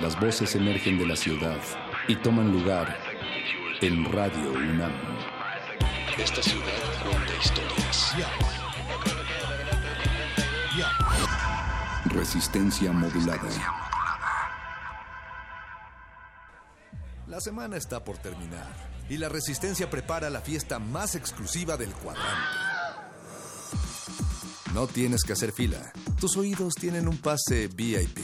Las voces emergen de la ciudad y toman lugar en Radio UNAM. Esta ciudad cuenta historias. Resistencia modulada. La semana está por terminar y la Resistencia prepara la fiesta más exclusiva del cuadrante. No tienes que hacer fila. Tus oídos tienen un pase VIP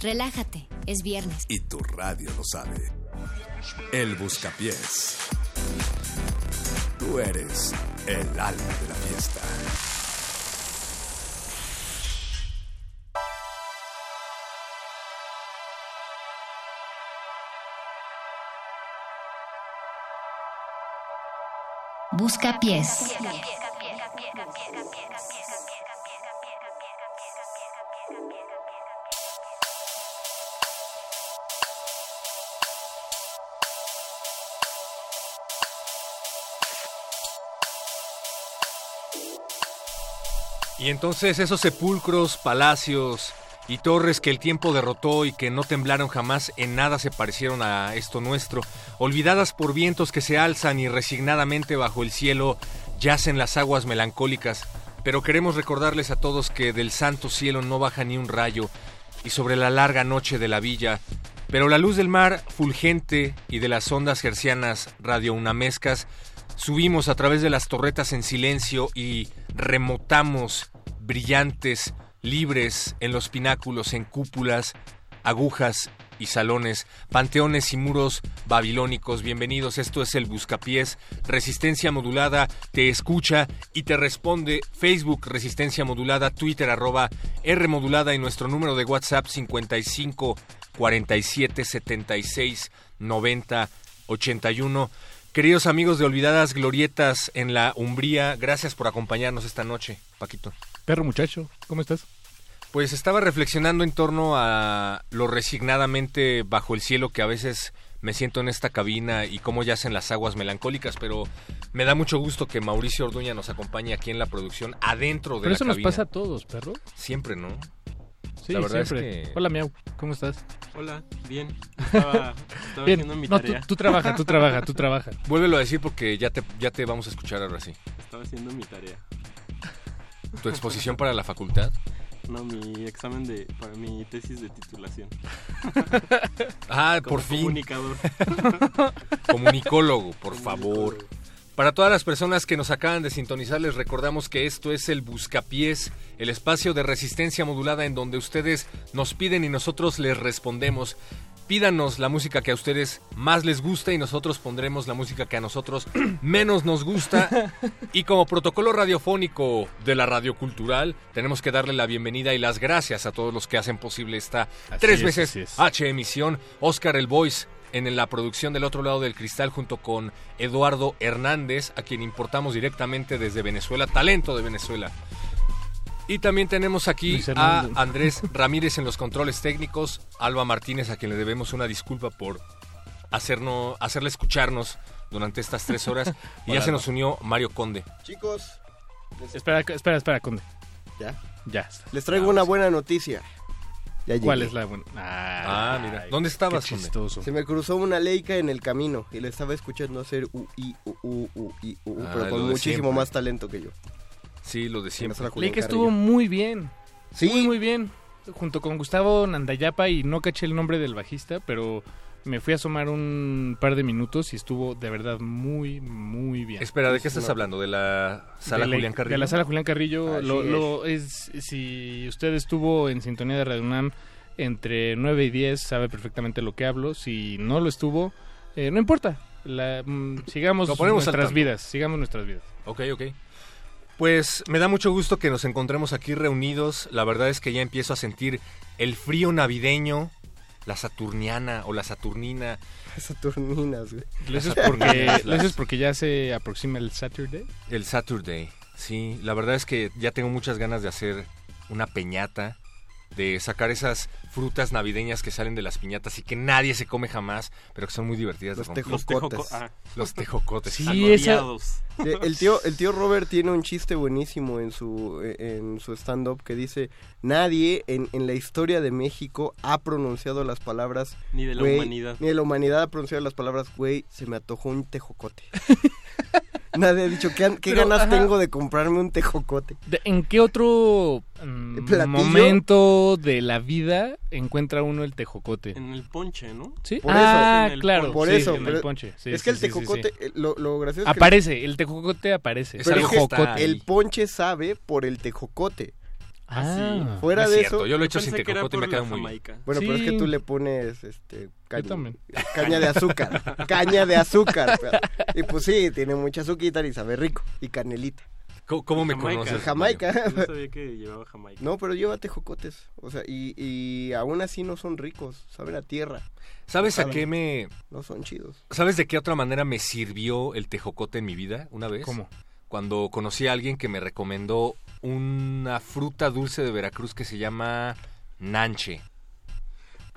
Relájate, es viernes. y tu radio lo sabe. El Buscapiés. Tú eres el alma de la fiesta. Busca pies. Y entonces esos sepulcros, palacios y torres que el tiempo derrotó y que no temblaron jamás en nada se parecieron a esto nuestro, olvidadas por vientos que se alzan y resignadamente bajo el cielo yacen las aguas melancólicas, pero queremos recordarles a todos que del santo cielo no baja ni un rayo y sobre la larga noche de la villa, pero la luz del mar fulgente y de las ondas gercianas radiounamescas Subimos a través de las torretas en silencio y remotamos brillantes, libres en los pináculos, en cúpulas, agujas y salones, panteones y muros babilónicos. Bienvenidos, esto es el Buscapiés, Resistencia Modulada, te escucha y te responde Facebook Resistencia Modulada, Twitter arroba R Modulada y nuestro número de WhatsApp 55 47 76 90 81. Queridos amigos de Olvidadas Glorietas en la Umbría, gracias por acompañarnos esta noche, Paquito. Perro muchacho, ¿cómo estás? Pues estaba reflexionando en torno a lo resignadamente bajo el cielo que a veces me siento en esta cabina y cómo yacen las aguas melancólicas, pero me da mucho gusto que Mauricio Orduña nos acompañe aquí en la producción, adentro de Pero la eso nos cabina. pasa a todos, perro. Siempre, ¿no? Sí, La verdad es siempre. que- Hola, Miau, ¿cómo estás? Hola, bien. Estaba, estaba haciendo mi no, tú, tarea. tú trabaja, tú trabaja, tú trabaja. Vuélvelo a decir porque ya te, ya te vamos a escuchar ahora sí. Estaba haciendo mi tarea. Tu exposición para la facultad. No, mi examen de. para mi tesis de titulación. Ah, Como por fin. Comunicador. Comunicólogo, por favor. Comunicólogo. Para todas las personas que nos acaban de sintonizar, les recordamos que esto es el Buscapiés, el espacio de resistencia modulada en donde ustedes nos piden y nosotros les respondemos. Pídanos la música que a ustedes más les gusta y nosotros pondremos la música que a nosotros menos nos gusta. Y como protocolo radiofónico de la radio cultural, tenemos que darle la bienvenida y las gracias a todos los que hacen posible esta Así tres es, veces así es. H emisión, Oscar el Voice en la producción del otro lado del cristal junto con Eduardo Hernández, a quien importamos directamente desde Venezuela, talento de Venezuela. Y también tenemos aquí Luis a Hernández. Andrés Ramírez en los controles técnicos, Alba Martínez a quien le debemos una disculpa por hacernos, hacerle escucharnos durante estas tres horas. y ya se nos unió Mario Conde. Chicos, Espera, espera, espera, Conde. ¿Ya? Ya está. les traigo una buena noticia. Ya llegué. ¿Cuál es la buena? Ah, mira. ¿Dónde estabas, qué Conde? chistoso. Se me cruzó una leica en el camino y le estaba escuchando hacer u i u u u i u, u, Ah, pero lo de con muchísimo siempre. más talento que yo. Sí, lo de siempre. Gracias a la Leí que Julián estuvo Carrillo. muy bien. Sí, Muy, muy bien. Junto con Gustavo Nandayapa y no caché el nombre del bajista, pero me fui a asomar un par de minutos y estuvo de verdad muy, muy bien. Espera, ¿de qué estás hablando? ¿De la sala de la, Julián Carrillo? Ah, De la sala Julián Carrillo. Así Lo, lo es. si usted estuvo en sintonía de Radio UNAM entre 9 y 10, sabe perfectamente lo que hablo. Si no lo estuvo, eh, no importa. La- mm, sigamos Lo ponemos al nuestras tanto. vidas. Sigamos nuestras vidas. Ok, ok. Pues me da mucho gusto que nos encontremos aquí reunidos. La verdad es que ya empiezo a sentir el frío navideño, la saturniana o la saturnina. Saturninas, güey. Lo haces Las porque, oportunidades, lo haces las- porque ya se aproxima el Saturday. El Saturday. Sí, la verdad es que ya tengo muchas ganas de hacer una peñata, de sacar esas frutas navideñas que salen de las piñatas y que nadie se come jamás, pero que son muy divertidas de Los romper. tejo- Jocotas. ah, Los tejocotes. Sí, Ah, agobiados. Eh, El tío, el tío Robert tiene un chiste buenísimo en su, eh, en su stand-up que dice, nadie en, en la historia de México ha pronunciado las palabras... Ni de la güey, humanidad. Ni de la humanidad ha pronunciado las palabras, güey, se me atojó un tejocote. nadie ha dicho, ¿qué, an- qué Pero, ganas ajá. tengo de comprarme un tejocote? ¿De- ¿En qué otro mm, ¿Platillo? momento de la vida encuentra uno el tejocote? En el ponche, ¿no? ¿Sí? Por ah, eso, en el claro. ponche. Por sí, eso, en pero- el ponche. sí, es que el sí, sí, sí, sí. tejocote, eh, Lo, lo gracioso es que... el- Aparece, el tejocote aparece. Es el algo que está jocote. ahí. El ponche sabe por el tejocote. Ah, No Fuera es de cierto, eso. yo lo he hecho Yo sin pensé que era tejocote y me por ha quedado la muy bien. Jamaica. Bueno, pero es que Sí. tú le pones este, ca- Yo también. caña de azúcar. caña de azúcar. pero- Y pues sí, tiene mucha azuquita y sabe rico. Y canelita. ¿Cómo, cómo me Jamaica. conoces? Jamaica. No sabía que llevaba Jamaica. No, pero llévate jocotes. O sea, y, y aún así no son ricos. Saben a tierra. Mario? ¿Sabes a Ojalá. qué me... No son chidos. ¿Sabes de qué otra manera me sirvió el tejocote en mi vida una vez? ¿Cómo? Cuando conocí a alguien que me recomendó una fruta dulce de Veracruz que se llama nanche.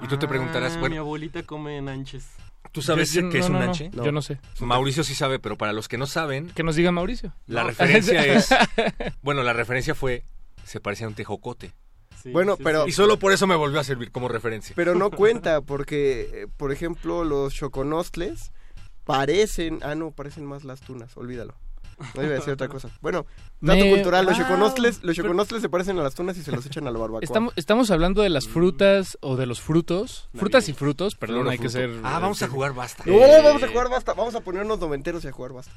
Y tú te preguntarás, Ah, Mi bueno, abuelita come nanches. ¿tú sabes Yo- yo- qué no, es no, un no, nanche? Yo no sé. Mauricio sí sabe, pero para los que no saben, Que nos diga Mauricio. la No. referencia es... Bueno, la referencia fue... Se parecía a un tejocote. Sí, Bueno, sí, pero- sí. Y solo por eso me volvió a servir como referencia. Pero no cuenta porque, eh, por ejemplo, los choconostles parecen... Ah, no, parecen más las tunas. Olvídalo. No iba a decir otra cosa. Bueno, dato Me- cultural, los ah, choconostles, los pero- choconostles se parecen a las tunas y se los echan a la barbacoa. Estamos, estamos hablando de las Mm. frutas o de los frutos. Frutas y Navideño. frutos, perdón, Floro hay que fruto. ser. Ah, vamos a eh, jugar basta. No, Eh, vamos a jugar basta. Vamos a ponernos noventeros y a jugar basta.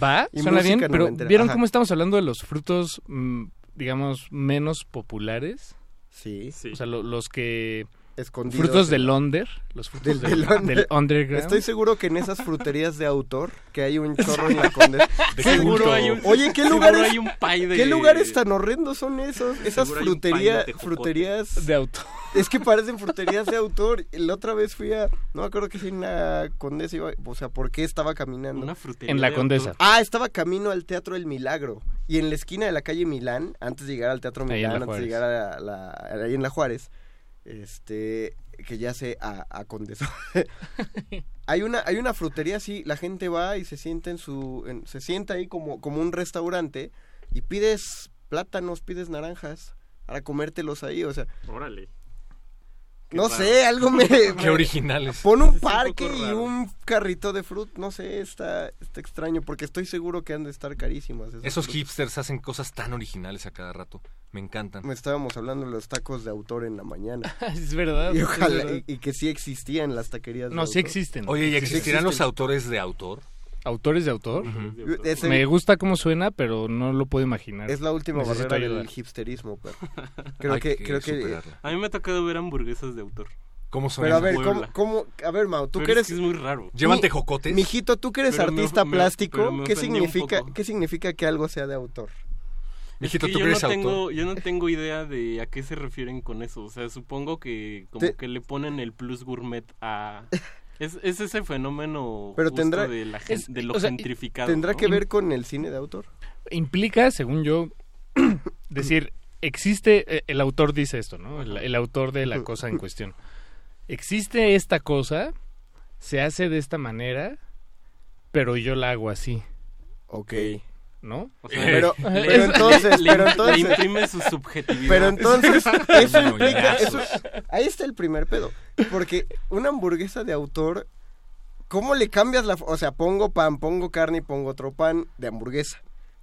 Va, Y suena bien, música pero noventera, ¿vieron ajá. cómo estamos hablando de los frutos, mm, digamos, menos populares? Sí. Sí. O sea, lo- los que... Escondidos. frutos del under, los frutos Del- del, del under. del underground. Estoy seguro que en esas fruterías de autor que hay un chorro en la condesa. De seguro culto. hay un, Oye, ¿qué seguro lugares- hay un pay de ¿Qué lugares tan horrendos son esos? Esas Seguro hay un pan de fruterías, tejocote. fruterías, de auto. es que parecen fruterías de autor. La otra vez fui a, no me acuerdo que si en la Condesa iba, o sea, ¿por qué estaba caminando? Una frutería En la de Condesa. autor. Ah, estaba camino al Teatro del Milagro. Y en la esquina de la calle Milán, antes de llegar al Teatro Ahí en Milán, la antes de Juárez. llegar a la, ahí en la Juárez, este, que ya sé, a, a Condesa. hay, una, hay una frutería así, la gente va y se sienta en su, en- se sienta ahí como, como un restaurante y pides plátanos, pides naranjas para comértelos ahí, o sea, Órale. Qué no raro. sé, algo me... Qué originales. Pon un Es un poco parque y raro. un carrito de fruit, no sé, está, está extraño, porque estoy seguro que han de estar carísimas. esas Esos frutas. hipsters hacen cosas tan originales a cada rato. Me encantan. Me estábamos hablando de los tacos de autor en la mañana. es verdad. Y es ojalá, verdad. y, y que sí existían las taquerías. de No, sí autor. existen. Oye, ¿y Sí existirán los existen. autores de autor? autores de autor? De Yo- autor. ese- Me gusta cómo suena, pero no lo puedo imaginar. es la última Necesito barrera del ayuda. hipsterismo, pero creo Hay que, creo que. superarla. A mí me ha tocado ver hamburguesas de autor. ¿Cómo son? Pero a ver, ¿cómo, Puebla. cómo- a ver, Mau, tú Pero que es eres, que es muy raro. ¿Llevan mi- tejocotes? mijito, tú que eres Pero me- artista me- pero plástico, me ¿qué ofendí un significa, poco. qué significa que algo sea de autor? Mijito, Es ¿tú que yo crees no autor? tengo, yo no tengo idea de a qué se refieren con eso. O sea, supongo que como Te- que le ponen el plus gourmet a... Es, es ese fenómeno Pero justo tendrá- de, la, gen- es- de lo o sea, y- gentrificado. ¿Tendrá ¿no? que ver con el cine de autor? Implica, según yo, decir, existe, eh, el autor dice esto, ¿no? El, el autor de la cosa en cuestión. Existe esta cosa, se hace de esta manera, pero yo la hago así, Ok. ¿no? Eh, O sea, Pero, le- pero le- entonces, le- pero le entonces, imprime su subjetividad. pero entonces, eso Coño, implica, eso, lazos. ahí está el primer pedo, porque una hamburguesa de autor, ¿cómo le cambias la, f- o sea, pongo pan, pongo carne y pongo otro pan de hamburguesa?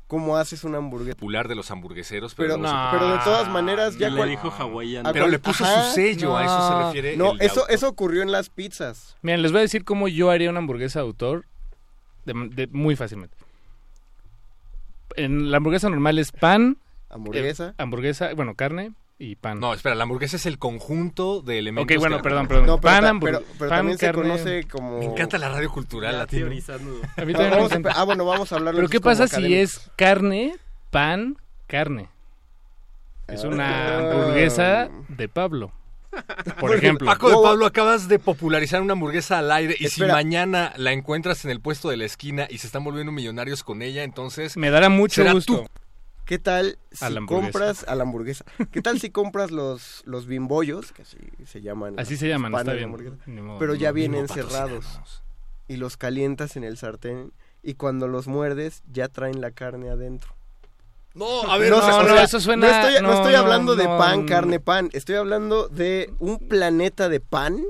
¿Cómo haces una hamburguesa? Popular de los hamburgueseros, pero, Pero, no se- pero de todas maneras, ya le cual- dijo hawaiano. Ah, pero le puso Ajá, su sello, a eso se no. refiere. no, el de eso, autor. eso ocurrió en las pizzas. Miren, les voy a decir cómo yo haría una hamburguesa de autor de- de- muy fácilmente. En la hamburguesa normal es pan, Hamburguesa. eh, hamburguesa, bueno, carne y pan. No, espera, la hamburguesa es el conjunto de elementos. ok, bueno, que- perdón, perdón. no, pero, pan, ta- hambur- pero, pero pan, también carne. se conoce como... Me encanta la radio cultural Ya latina. teorizando. A mí también No, me vamos a- encanta. ah, bueno, vamos a pues, hablar Pero ¿qué pasa si es carne, pan, carne? Es una Ah. hamburguesa de Pablo. Por Bueno, ejemplo. Paco de Wow. Pablo, acabas de popularizar una hamburguesa al aire y si Espera. mañana la encuentras en el puesto de la esquina y se están volviendo millonarios con ella, entonces Me dará mucho será gusto. tu ¿Qué tal A la si hamburguesa. compras a la hamburguesa? ¿Qué tal si compras los, los bimbollos, que así se llaman? Así los- se llaman, los está panes de bien. hamburguesa, Ni modo, Pero ni ya modo. vienen Mismo cerrados patrocinamos. y los calientas en el sartén y cuando los muerdes ya traen la carne adentro. No, a ver, No, sé, no, o eso suena- No estoy, no no, estoy no, hablando de no, pan, no. carne, pan. Estoy hablando de un planeta de pan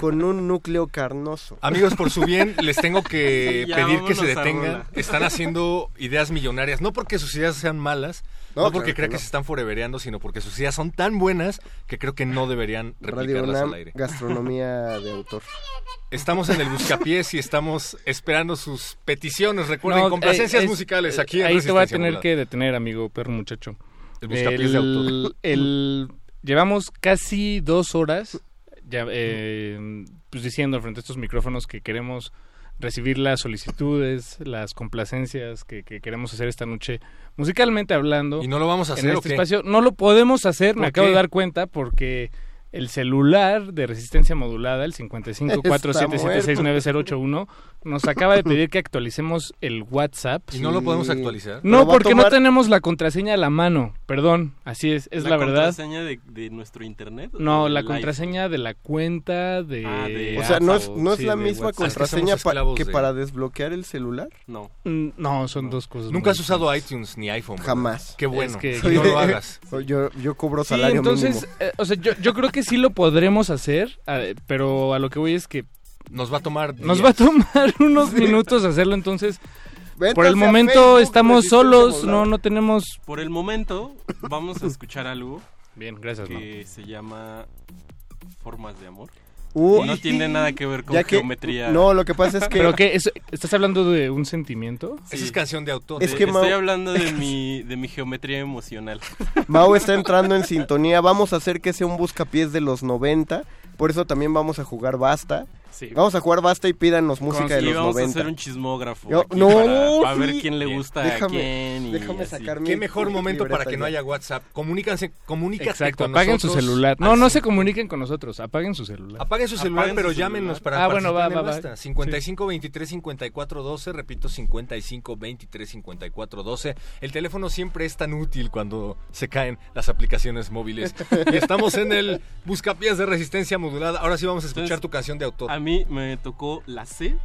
con un núcleo carnoso. Amigos, por su bien, les tengo que Ya, pedir que se vámonos a detengan. rola. Están haciendo ideas millonarias, no porque sus ideas sean malas, no, No, porque claro que crean que, no. se están forevereando, sino porque sus ideas son tan buenas que creo que no deberían Radio replicarlas UNAM, al aire. gastronomía de autor. Estamos en el Buscapiés y estamos esperando sus peticiones. Recuerden, No, complacencias eh, es- musicales eh, aquí en Ahí te voy a Resistencia tener Modulada. que detener, amigo perro muchacho. El Buscapiés de El- autor. el- llevamos casi dos horas ya, eh, pues diciendo frente a estos micrófonos que queremos recibir las solicitudes, las complacencias que, que queremos hacer esta noche, musicalmente hablando. ¿Y no lo vamos a en hacer o este qué? espacio. No lo podemos hacer, ¿Por me acabo qué? de dar cuenta, porque el celular de resistencia modulada, el 5547776981, nos acaba de pedir que actualicemos el WhatsApp. ¿Y no lo podemos Sí. actualizar? Lo No, va a porque no tomar- tenemos la contraseña a la mano, perdón, así es, es la, verdad. contraseña de, de nuestro internet? o No, del la iPhone? contraseña de la cuenta de... Ah, de O sea, no Apple, es, no es sí, la de misma WhatsApp. Es que somos contraseña pa- esclavos que de- para desbloquear el celular. No. Mm, No, son dos cosas. Nunca muy has usado distintas. iTunes ni iPhone. ¿verdad? Jamás. Qué bueno. Es que- que no lo hagas. Yo, yo cobro Sí, salario entonces, mínimo. eh, o sea, yo, yo creo que sí lo podremos hacer, a- pero a lo que voy es que Nos va a tomar. Nos días. va a tomar unos minutos hacerlo, entonces por Véntanse el a momento Facebook, estamos Resistencia solos, Modulada. no no tenemos... Por el momento, vamos a escuchar algo Bien, gracias. que se llama Formas de Amor. Uh, no tiene nada que ver con ya que- geometría. No, lo que pasa es que ¿Pero qué? ¿Es- ¿Estás hablando de un sentimiento? Esa es Sí. canción de autor. Es Eh, que Estoy Mau- hablando de mi, de mi geometría emocional. Mau está entrando en sintonía. Vamos a hacer que sea un buscapiés de los 90. Por eso también vamos a jugar basta. Sí. Vamos a jugar basta y pídanos música de y los vamos 90. a hacer un chismógrafo. Yo- aquí no, para, para sí. ver quién le gusta Déjame- a quién. y Déjame así. sacar mi- Qué mejor mi momento para libreta que no ya. haya WhatsApp. Comunícanse, comunícate Exacto, con apaguen su nosotros. celular. Ah, No, no Así. se comuniquen con nosotros, apaguen su celular. Apaguen su celular, Apaguen pero su celular. llámenos para Ah, bueno, participar va, en va, va. Basta. 55 23 54 12, repito, 55 23 54 12. El teléfono siempre es tan útil cuando se caen las aplicaciones móviles. Y estamos en el buscapiés de resistencia modulada. Ahora sí vamos a escuchar Entonces, tu canción de autor. A mí me tocó la C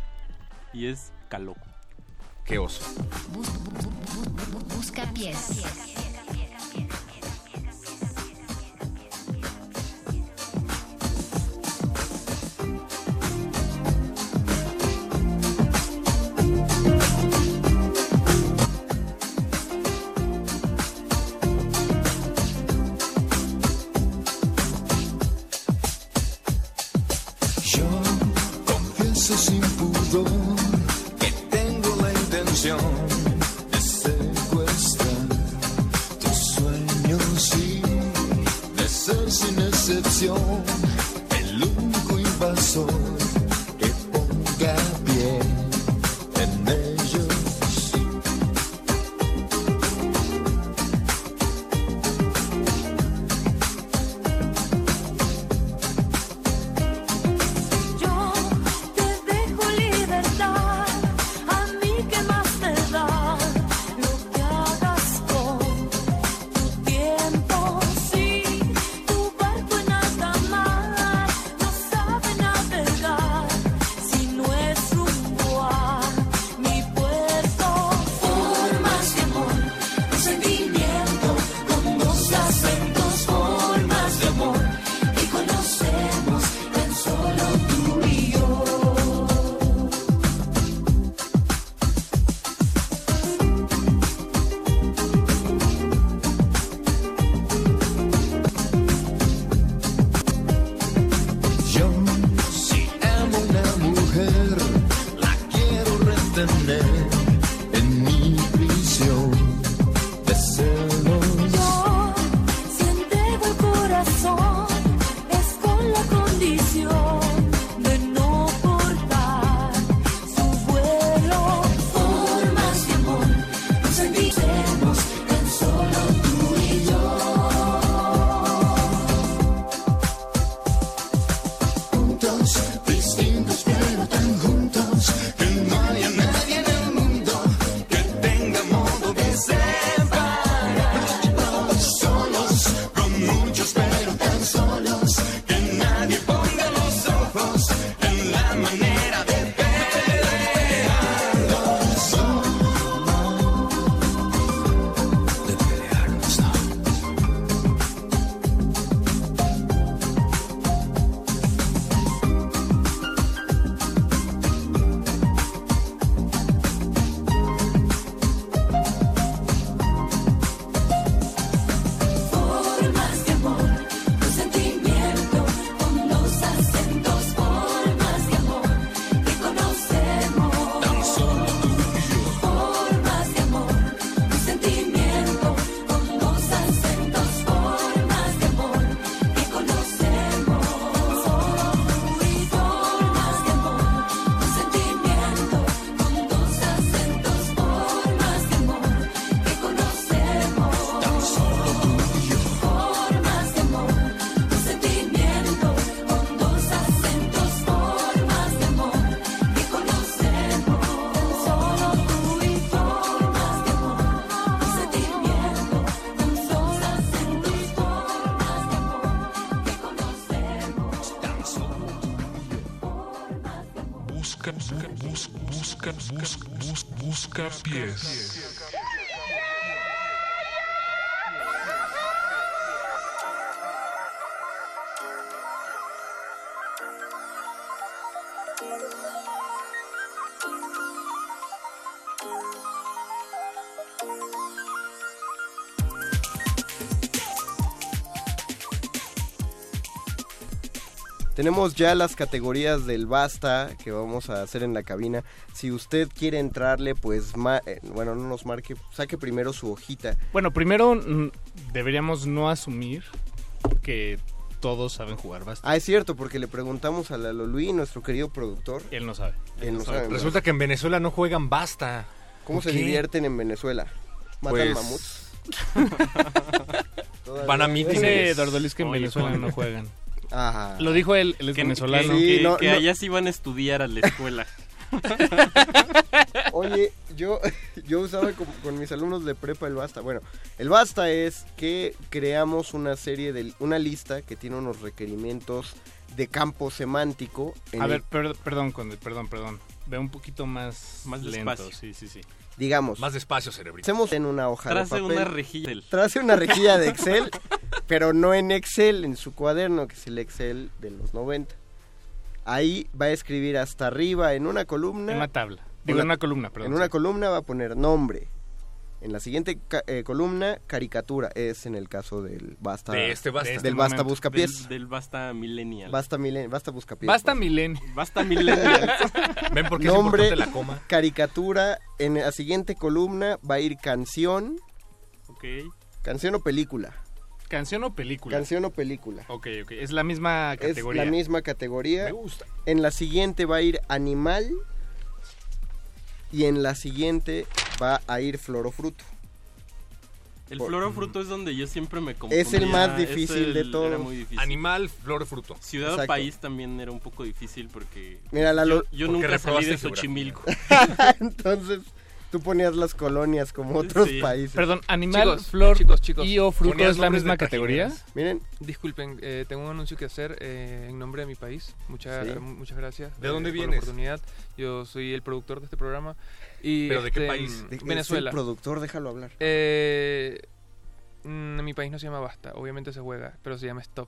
y es Caloco. Qué oso. Bus- bu- bu- bu- bu- busca pies. Yo confieso sin pudor que tengo la intención de secuestrar tus sueños y de ser sin excepción el único invasor que ponga pie en ellos. Yo te dejo libertad, a mí que más me da lo que hagas con tu tiempo. Si tu barco en alta mar no sabe navegar. este busca, busca, busca, busca, busca, busca pies. Tenemos ya las categorías del basta que vamos a hacer en la cabina. Si usted quiere entrarle, pues, ma- eh, bueno, no nos marque, saque primero su hojita. Bueno, primero mm, deberíamos no asumir que todos saben jugar basta. Ah, es cierto, porque le preguntamos a Lalo Luis, nuestro querido productor. Él no sabe. Él no sabe, ¿verdad? Resulta que en Venezuela no juegan basta. ¿Cómo se ¿Qué? divierten en Venezuela? ¿Matan Pues- mamuts? Van a Dice mítines. Eduardo Luis que en Oye, Venezuela joder. no juegan. Ajá. Lo dijo él, él es Que- venezolano. Que, Sí, que- no, que no. allá sí van a estudiar a la escuela. Oye, yo, yo usaba con, con mis alumnos de prepa el basta. Bueno, el basta es que creamos una serie de una lista que tiene unos requerimientos de campo semántico. en A el- ver, per- perdón, Conde, perdón, perdón. Ve un poquito más, Más lento. despacio. Sí, sí, sí. digamos, Más despacio, cerebrito. hacemos en una hoja Tras de de papel. una rejilla. trace una rejilla de Excel, pero no en Excel, en su cuaderno, que es el Excel de los 90. Ahí va a escribir hasta arriba en una columna. En una tabla. Digo, Una- en una columna, perdón. en una sí. columna va a poner nombre. En la siguiente ca- eh, columna, caricatura. Es en el caso del Basta. De este basta. De este del Basta momento. Buscapiés. Del, del basta millennial. Basta Milen, Basta Buscapiés. Basta perdón. Milenio. Basta millennial. ¿Ven por qué Nombre. es importante la coma? Caricatura. En la siguiente columna va a ir canción. ok. Canción o película. ¿Canción o película? Canción o película. Ok, ok. Es la misma categoría. Es la misma categoría. Me gusta. En la siguiente va a ir animal. Y en la siguiente va a ir florofruto. El Por- florofruto es donde yo siempre me confundía. Es el más difícil el- de era todos. muy difícil. Animal, flor, fruto. Ciudad Exacto. o país también era un poco difícil porque Mira, la yo, Porque yo nunca salí reprobaste de geografía. Xochimilco. Entonces, tú ponías las colonias como otros Sí. países. Perdón, animal, Chicos, flor chicos, chicos. y o fruto Ponías es la nombres misma de categoría. trajineras. Miren, Disculpen, eh, tengo un anuncio que hacer eh, en nombre de mi país. Mucha- Sí. mu- Muchas gracias. ¿De eh, dónde por vienes? la oportunidad. Yo soy el productor de este programa. Y, ¿Pero de qué este, país? mm, de- es Venezuela. El productor, déjalo hablar. Eh, mm, en mi país no se llama Basta, obviamente se juega, pero se llama Stop.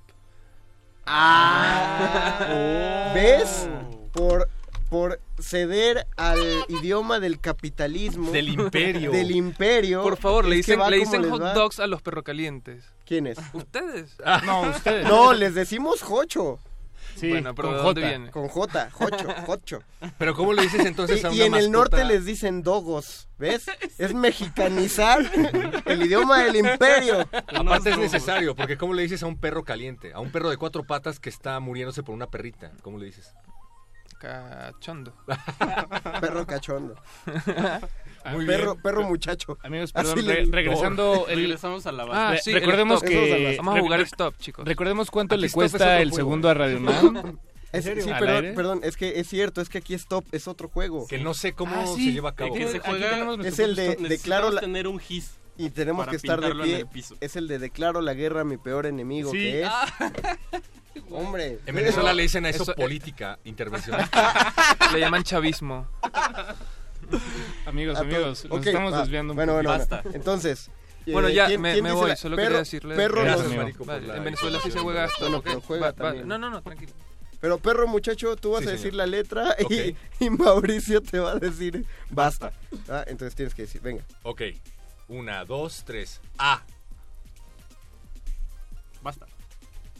¿Ves? Por, por ceder al idioma del capitalismo. Del imperio. del imperio. Por favor, le es que dicen, va le como dicen les hot va. dogs a los perrocalientes. ¿Quién es? ¿Ustedes? Ah. No, ustedes. No, les decimos jocho. Sí, bueno, pero con ¿de dónde J. viene? Con J, jocho, jocho. Pero ¿cómo le dices Y, entonces a una y en el mascota? norte les dicen dogos, ¿ves? Es mexicanizar el idioma del imperio. Aparte es necesario, porque ¿cómo le dices a un perro caliente? A un perro de cuatro patas que está muriéndose por una perrita. ¿Cómo le dices? Cachondo. Perro cachondo. Ah, Perro, perro muchacho. Amigos, Así perdón, le- re- regresando el, Regresamos a la base. Ah, Re- sí, el recordemos stop. Eso es a que la- Vamos a jugar recu- Stop, chicos. recordemos cuánto Aquí le stop es otro cuesta el juego, segundo a Radio UNAM. Es- serio? sí, ¿Al pero- aire? perdón, es que es cierto, es que aquí Stop es otro juego. Que no sé cómo Ah, sí. se lleva a cabo. que se Aquí juega- tenemos nuestro Es el de- stop. declaro la- tener un gis. Y tenemos Para que estar de pintarlo en pie. el piso. Ah. Es el de Declaro la guerra a mi peor enemigo, Sí. que es. Hombre. En Venezuela le dicen a eso, Eso- eh, política intervencionista. Le llaman chavismo. Amigos, A todo. amigos, nos Ok, estamos va. desviando un Bueno, poco. bueno, bueno. Basta. Entonces. Bueno, eh, ya, ¿quién- me, quién me dice voy. la- Solo perro- quería decirle. Perro Gracias, los- amigo. marico, por Vale, la- en Venezuela sí se juega Stop. Bueno, ok. pero juega Va- va- también. No, no, no, tranquilo. Pero perro muchacho, tú vas Sí, a señor. decir la letra y- Ok. y, Mauricio te va a decir basta. Ah, entonces tienes que decir, venga. ok. Una, dos, tres. A, Basta.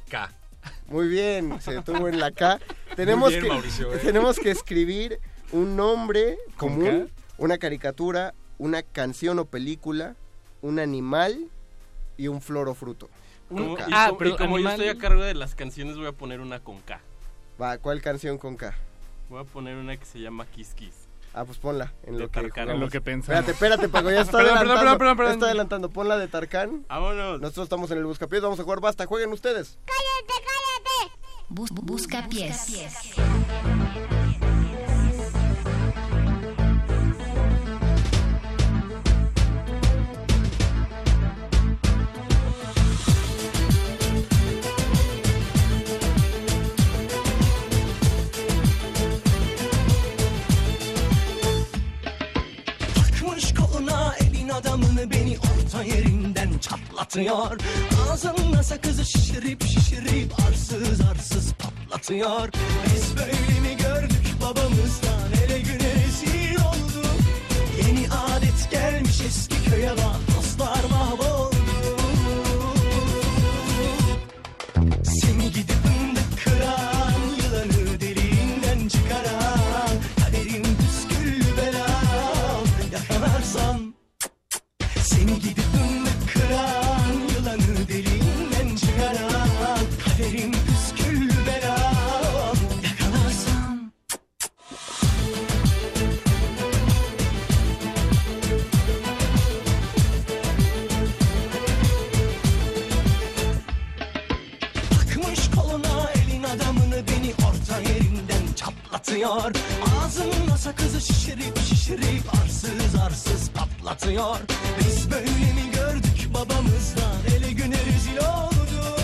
K. Muy bien, se detuvo en la K. Tenemos, bien, que, Mauricio, ¿eh? tenemos que escribir un nombre ¿Con común, una caricatura, una canción o película, un animal y un flor o fruto. Como- K. y Ah, como- pero y como animal- yo estoy a cargo de las canciones, voy a poner una con K. Va, ¿cuál canción con K? Voy a poner una que se llama Kiss Kiss. Ah, pues ponla en lo De que Tarkan. En jugamos. lo que pensamos. Espérate, espérate, Paco, ya está Perdón, perdón, adelantando. perdón, perdón, perdón. Está adelantando, ponla de Tarkan. Vámonos. Nosotros estamos en el Buscapiés, vamos a jugar, basta, jueguen ustedes. Bus- busca pies. Busca pies. patlatıyor Ağzımda sakızı şişirip şişirip arsız arsız patlatıyor Biz böyle mi gördük babamızdan hele güne rezil olduk Yeni adet gelmiş eski köye bak dostlar mahvoldu Seni gidip fındık kıran yılanı derinden çıkaran Kaderin püsküllü belam yakalarsan Seni gidip fındık kıran yılanı derinden çıkaran Kaderin püsküllü belam yakalarsan Takmış koluna elin adamını beni orta yerinden çaplatıyor Ağzımda sakızı şişirip şişirip arsız arsız patlatıyor Biz böyle mi gördük babamızdan ele güne rezil olduk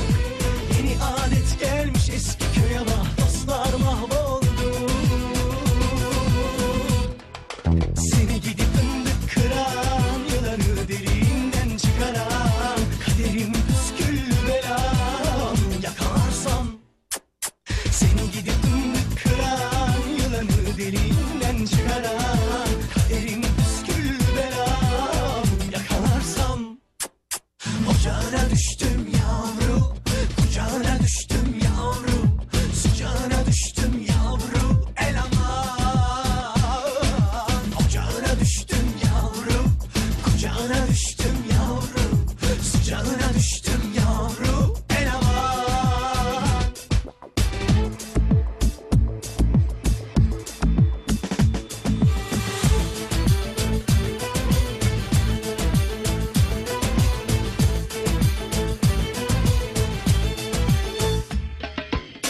Yeni adet gelmiş eski köye bak dostlar mahvoldu Seni gidip fındık kıran yılanı derinden çıkaran Kaderim püsküllü belam yakalarsan Seni gidip fındık kıran yılanı derinden çıkaran Kaderim püsküllü belam yakalarsam Ocağına düştüm yavru Kucağına düştüm yavru Sıcağına düştüm yavru El aman Ocağına düştüm yavru Kucağına düştüm yavru Sıcağına düştüm yavru El aman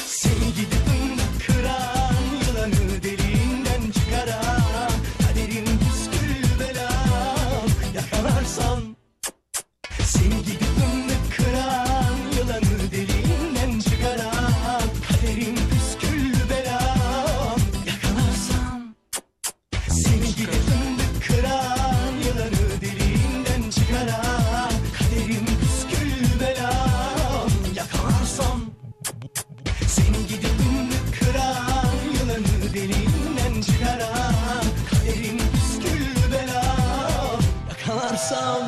Seni gidip ınlık kıran Yılanı derinden çıkaran Kaderin püskül belam Yakalarsan Seni gidip ınlık kıran Yılanı derinden çıkaran Kaderin püskül belam Yakalarsan Seni gidip ınlık kıran Yılanı derinden çıkaran Kaderin püskül belam Yakalarsan seni gidip ümmet kıran Yılanı delinden çıkaran Kaderin püsküllü bela Yakalarsam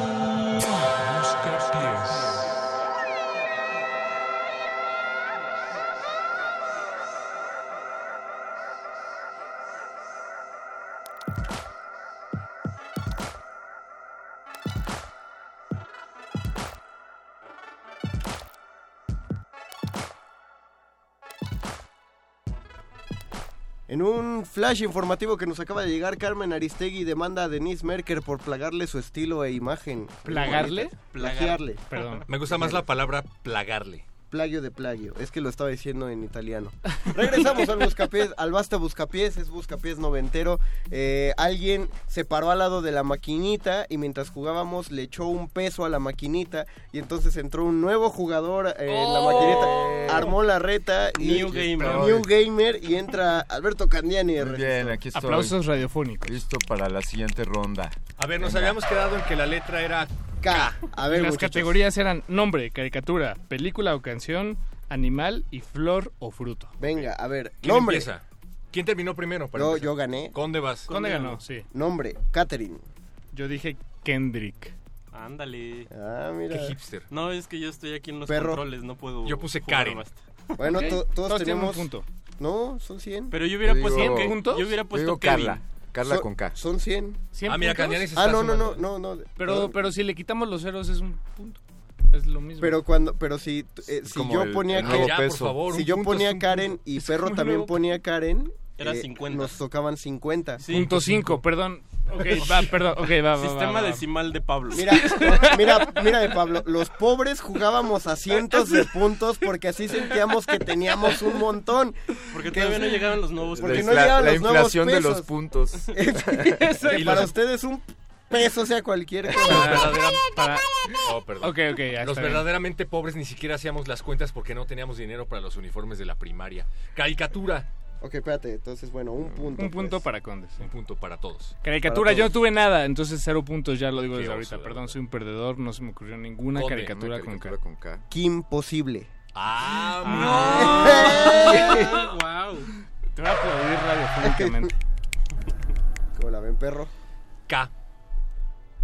En un flash informativo que nos acaba de llegar, Carmen Aristegui demanda a Denise Merker por plagarle su estilo e imagen. ¿Plagarle? Plagiarle. Perdón. Me gusta más la palabra plagarle. Plagio de plagio. Es que lo estaba diciendo en italiano. Regresamos al Buscapiés, al Basta Buscapiés, es Buscapiés noventero. Eh, alguien se paró al lado de la maquinita y mientras jugábamos le echó un peso a la maquinita y entonces entró un nuevo jugador eh, en la maquinita, armó la reta. y- Oh. New gamer. New Gamer y entra Alberto Candiani. de regreso. Bien, aquí estoy. Aplausos radiofónicos. Listo para la siguiente ronda. A ver, nos Venga. habíamos quedado en que la letra era K. A ver, Las muchachos. categorías eran nombre, caricatura, película o canción, animal y flor o fruto. Venga, a ver, ¿Quién nombre. empieza? ¿Quién terminó primero? para Yo, empezar? yo gané. Conde vas. Conde ganó, sí. Nombre, Catherine. Yo dije Kendrick. Ándale. Ah, mira. Qué hipster. No, es que yo estoy aquí en los Perro. controles, no puedo. Yo puse jugar Karen. basta. Bueno, Ok. to- todos, tenemos No, son 100. Pero yo hubiera Yo puesto. digo- que- ¿Puntos? Yo hubiera Yo puesto digo Kevin. Carla. Carla Son- con K. Son 100. ¿Cien Ah, mira, puntos? Candiani se Ah, no, no, no, no, no. Pero, Perdón. pero si le quitamos los ceros es un punto. Es lo mismo. Pero cuando, pero si, t- eh, si Como yo el- ponía el que- nuevo Ya, por peso. favor, si un yo punto ponía es un Karen punto. y Es Perro como el también nuevo- ponía Karen, Era 50. Nos tocaban 50. Punto 5, perdón. Ok, va, perdón. Ok, va, va, va, pues, Sistema va, va. decimal de Pablo. Mira, mira, mira de Pablo, los pobres jugábamos a cientos de puntos porque así sentíamos que teníamos un montón. Porque todavía no llegaron los nuevos Porque pesos. no La- llegaban la los nuevos inflación de pesos. los puntos. Exacto. Y para los- ustedes un peso sea cualquier Los cosa. verdadera- para- Oh, perdón. Ok, ok, ya Los está bien. verdaderamente pobres ni siquiera hacíamos las cuentas porque no teníamos dinero para los uniformes de la primaria. Caricatura. Ok, espérate, entonces, bueno, un punto. Un punto pues. para Condes. Un punto para todos. Caricatura, Para yo no todos. tuve nada, entonces cero puntos, ya lo digo Qué desde oso, ahorita. la Perdón, soy un perdedor, no se me ocurrió ninguna Conde, caricatura, una con, K. Kim Posible. ¡Ah, ¡Wow! Te voy a aplaudir radiofónicamente. ¿Cómo la ven, perro? K.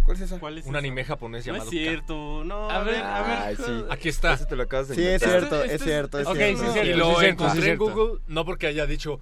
¿Cuál es esa? Un anime japonés No llamado es cierto, no. A ver, a ver. Este Ay, sí. Aquí está. Ese te lo acabas de Sí, es inventar. cierto, es cierto, es Ok, cierto. sí, es cierto. Y Sí, lo es cierto, encontré sí, es en cierto. Google, no porque haya dicho.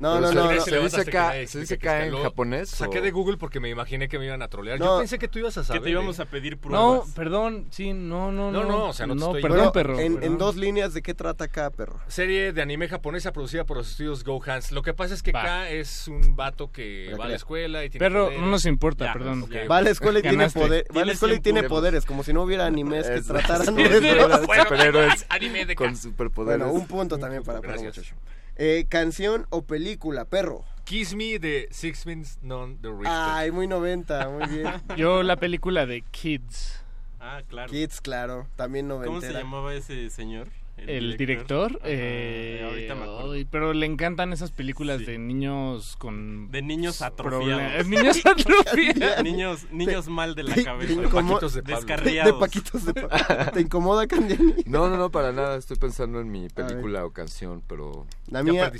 No, no, Pero no, que no. se ¿Se levantaste dice que K- nadie se explica dice que K está en lo- japonés, Saqué o- de Google porque me imaginé que me iban a trolear. No. Yo pensé que tú ibas a Que saber. te íbamos eh. a pedir No, pruebas. perdón, sí, no, no, no. No, no, o sea, no te estoy- perdón, Bueno, perro. En, perdón. en dos líneas, ¿de qué trata acá, perro? Serie de anime japonesa producida por los estudios Gohans. Lo que pasa es que Va. K es un vato que Pero va a que- la escuela y tiene. Perro, poderes. no nos importa, perdón. ok. Va a la escuela y tiene, Ganaste. poder, va a la Tienes escuela y cien tiene puntos. poderes, como si no hubiera animes que Es- trataran de es- eso. superhéroes, Bueno, superhéroes anime de con K. superpoderes. Bueno, un punto también para perro, Gracias. muchacho. Eh, canción o película, perro. Kiss Me de Sixpence Non The Richter. Ay, muy 90, muy bien. Yo la película de Kids. Ah, claro. Kids, claro, también noventera. ¿Cómo se llamaba ese señor? El director, Ajá, eh, ahorita me acuerdo. ay, pero le encantan esas películas de niños con De niños problemas. atrofiados. Niños atrofiados. niños, niños mal de la te- cabeza. te incomo- Descarriados. De paquitos de Pablo. ¿Te incomoda, Candiani? No, no, no, para nada. Estoy pensando en mi película o canción, pero. La mía-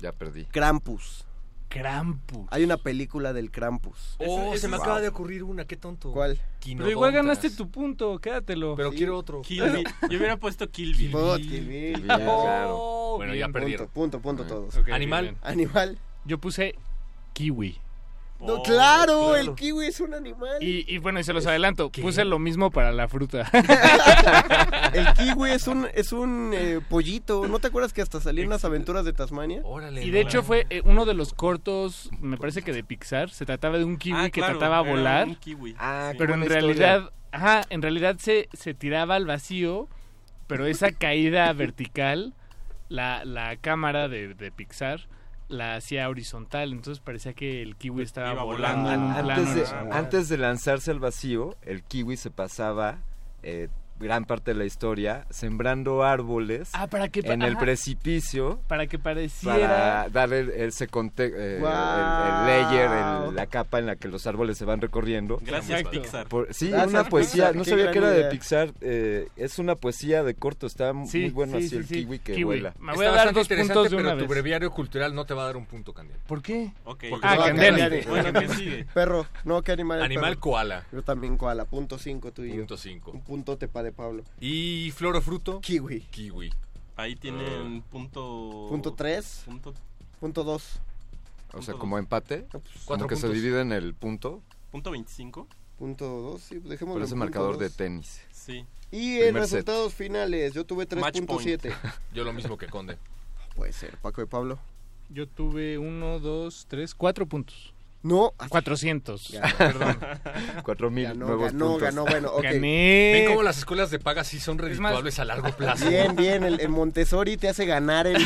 Ya perdí. Krampus. Krampus. Hay una película del Krampus. Oh, Ese- se me ese- acaba wow. de ocurrir una, qué tonto. ¿Cuál? Pero igual ganaste tu punto, quédatelo. Pero quiero otro. Kill Bill. Yo hubiera puesto Kill Bill. Bot, Kill Bill. Kill Bill, claro. Oh, Bueno, ya perdieron. Punto, punto, punto todos. Ok, Animal. bien. Animal. Yo puse kiwi. No, claro, Oh, Oh, el kiwi es un animal. Y, y bueno, y se los adelanto, puse lo mismo para la fruta. El kiwi es un, es un eh, pollito. ¿No te acuerdas que hasta salían las aventuras de Tasmania? y de hecho fue eh, uno de los cortos, me parece que de Pixar, se trataba de un kiwi Ah, que claro, trataba a era volar. un kiwi. Ah, qué pero en buena realidad, ajá, en realidad se, se tiraba al vacío, pero esa caída vertical, la, la cámara de, de Pixar la hacía horizontal, entonces parecía que el kiwi estaba Iba volando en un An- plano antes, de, horizontal. antes de lanzarse al vacío, el kiwi se pasaba eh, gran parte de la historia sembrando árboles Ah, para que en el ajá, precipicio para que pareciera para dar el- ese conte- eh, Guau. el, el layer, el- la capa en la que los árboles se van recorriendo. Gracias, Exacto. Pixar. Por- sí, Gracias, una poesía, Pixar, no Ah, qué sabía gran que era de idea. Pixar, eh, es una poesía de corto, está mu- Sí, muy bueno sí, así sí, el sí. kiwi que Kiwi. vuela. Me Está voy a dar bastante dos interesante, puntos de pero una tu vez. breviario cultural no te va a dar un punto, Candial. ¿Por qué? Ok. Porque Ah, no, Candela. Candiani. Bueno, ¿qué sigue? Perro, no, ¿qué animal es Animal perro? koala. Yo también koala, punto 5 tú y yo. Punto cinco. Un puntote pa' de Pablo. Y flor o fruto, Kiwi. kiwi. Ahí tienen punto... Punto 3, Punto, punto 2, O sea, como empate, No, pues, como Cuatro que se puntos. divide en el punto, punto 25. punto 2, sí, dejémoslo pero en ese punto marcador de dos. tenis. Sí. Y en Primer set. resultados finales, yo tuve Match point. 3.7. Yo lo mismo que Conde. Puede ser, Paco de Pablo. Yo tuve uno, dos, tres, cuatro puntos. No, Cuatrocientos. Ya. Perdón. Cuatro mil ganó, nuevos ganó, puntos. ganó, bueno, ok. Ven Gané. cómo las escuelas de paga sí son más- redituables a largo plazo. Bien, bien, el, el Montessori te hace ganar el...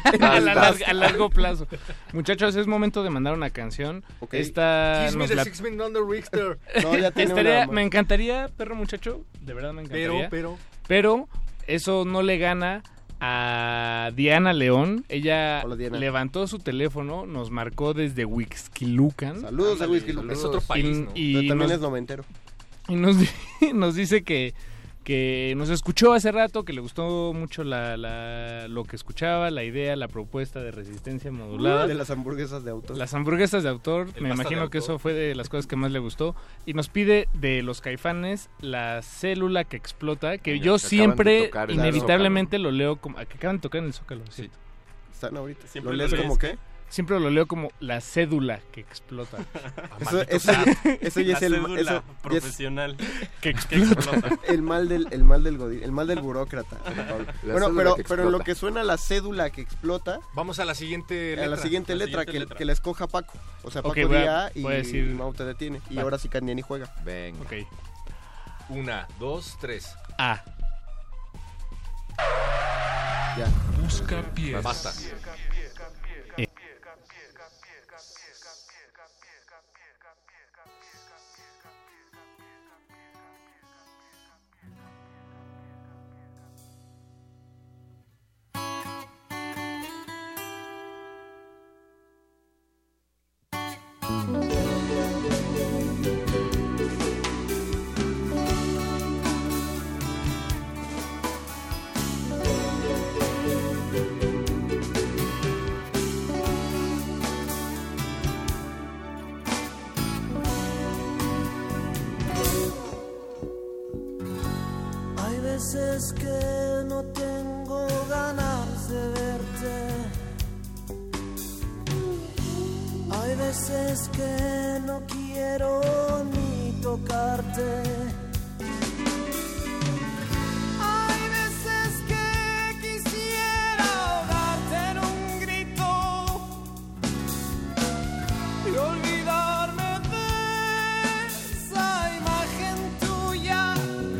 a, la larga- a largo plazo. Muchachos, es momento de mandar una canción. Ok. Esta Kiss me nos the la- six men under Richter. No, ya tiene una Estaría- más. me encantaría, perro muchacho, de verdad me Pero, encantaría. Pero, pero. eso no le gana a Diana León. Ella Hola, Diana. levantó su teléfono, nos marcó desde Wixquilucan. Saludos a Whisky Es otro Y, país, ¿no? y Pero también nos, es noventero. y nos di- nos dice que, que nos escuchó hace rato, que le gustó mucho la, la- lo que escuchaba, la idea, la propuesta de resistencia modulada. De las hamburguesas de auto. Las hamburguesas de autor, El me pasta de imagino que autor. eso fue de las cosas que más le gustó. Y nos pide de los caifanes la célula que explota, que Coño, yo que acaban de siempre, tocar en el inevitablemente lo leo como... ah, Que acaban de tocar en el Zócalo, es cierto. Están ahorita. Siempre ¿Lo lo lees lees. como qué? Siempre lo leo como la cédula que explota. Eso, maldito eso, sea. eso ya La es el, cédula eso ya es profesional. que que explota. explota. el mal del el mal del godín, el mal del burócrata. Pablo. La Bueno, cédula pero que pero en lo explota. que suena la cédula que explota, Vamos a la siguiente letra. a la siguiente la letra siguiente que, letra. que la escoja Paco. O sea, Ok, Paco voy a- día y voy a decir- Mau te detiene. Y Va. ahora sí Candiani juega. Venga. ok. Una, dos, tres. A. Ya. Busca pies. Basta. Hay veces que no tengo ganas de verte. Hay veces que no quiero ni tocarte. Hay veces que quisiera ahogarte en un grito y olvidarme de esa imagen tuya,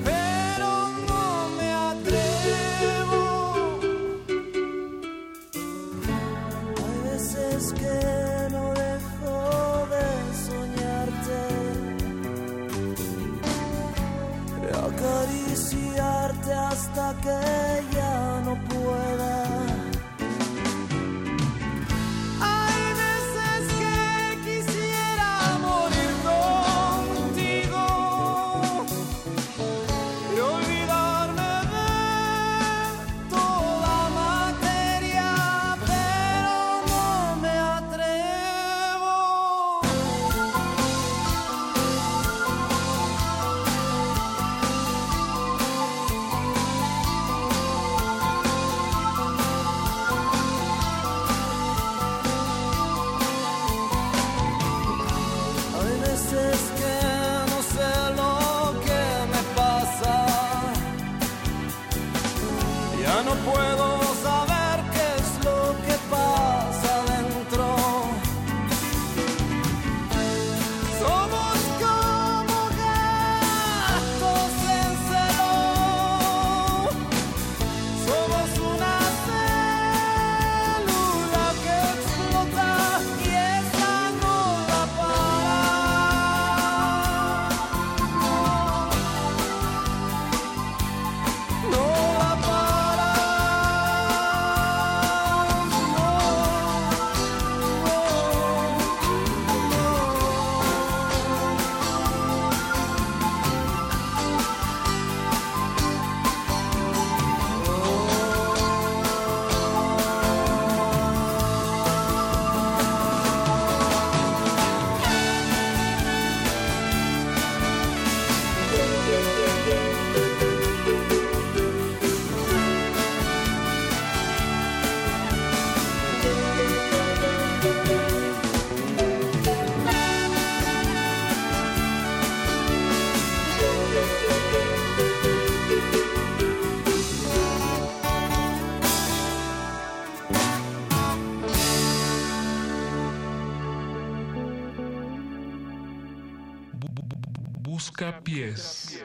pero no me atrevo. Hay veces que no dejo de soñarte. De acariciarte hasta que ya no pueda. Hay veces que quisiera morir contigo y olvidarme de toda materia, pero no me Hay veces que no sé lo que me pasa. Ya no puedo saber qué es lo que pasa dentro. Somos como gatos en celo. Somos una célula que explota y esa no la para. No la para, Busca pies.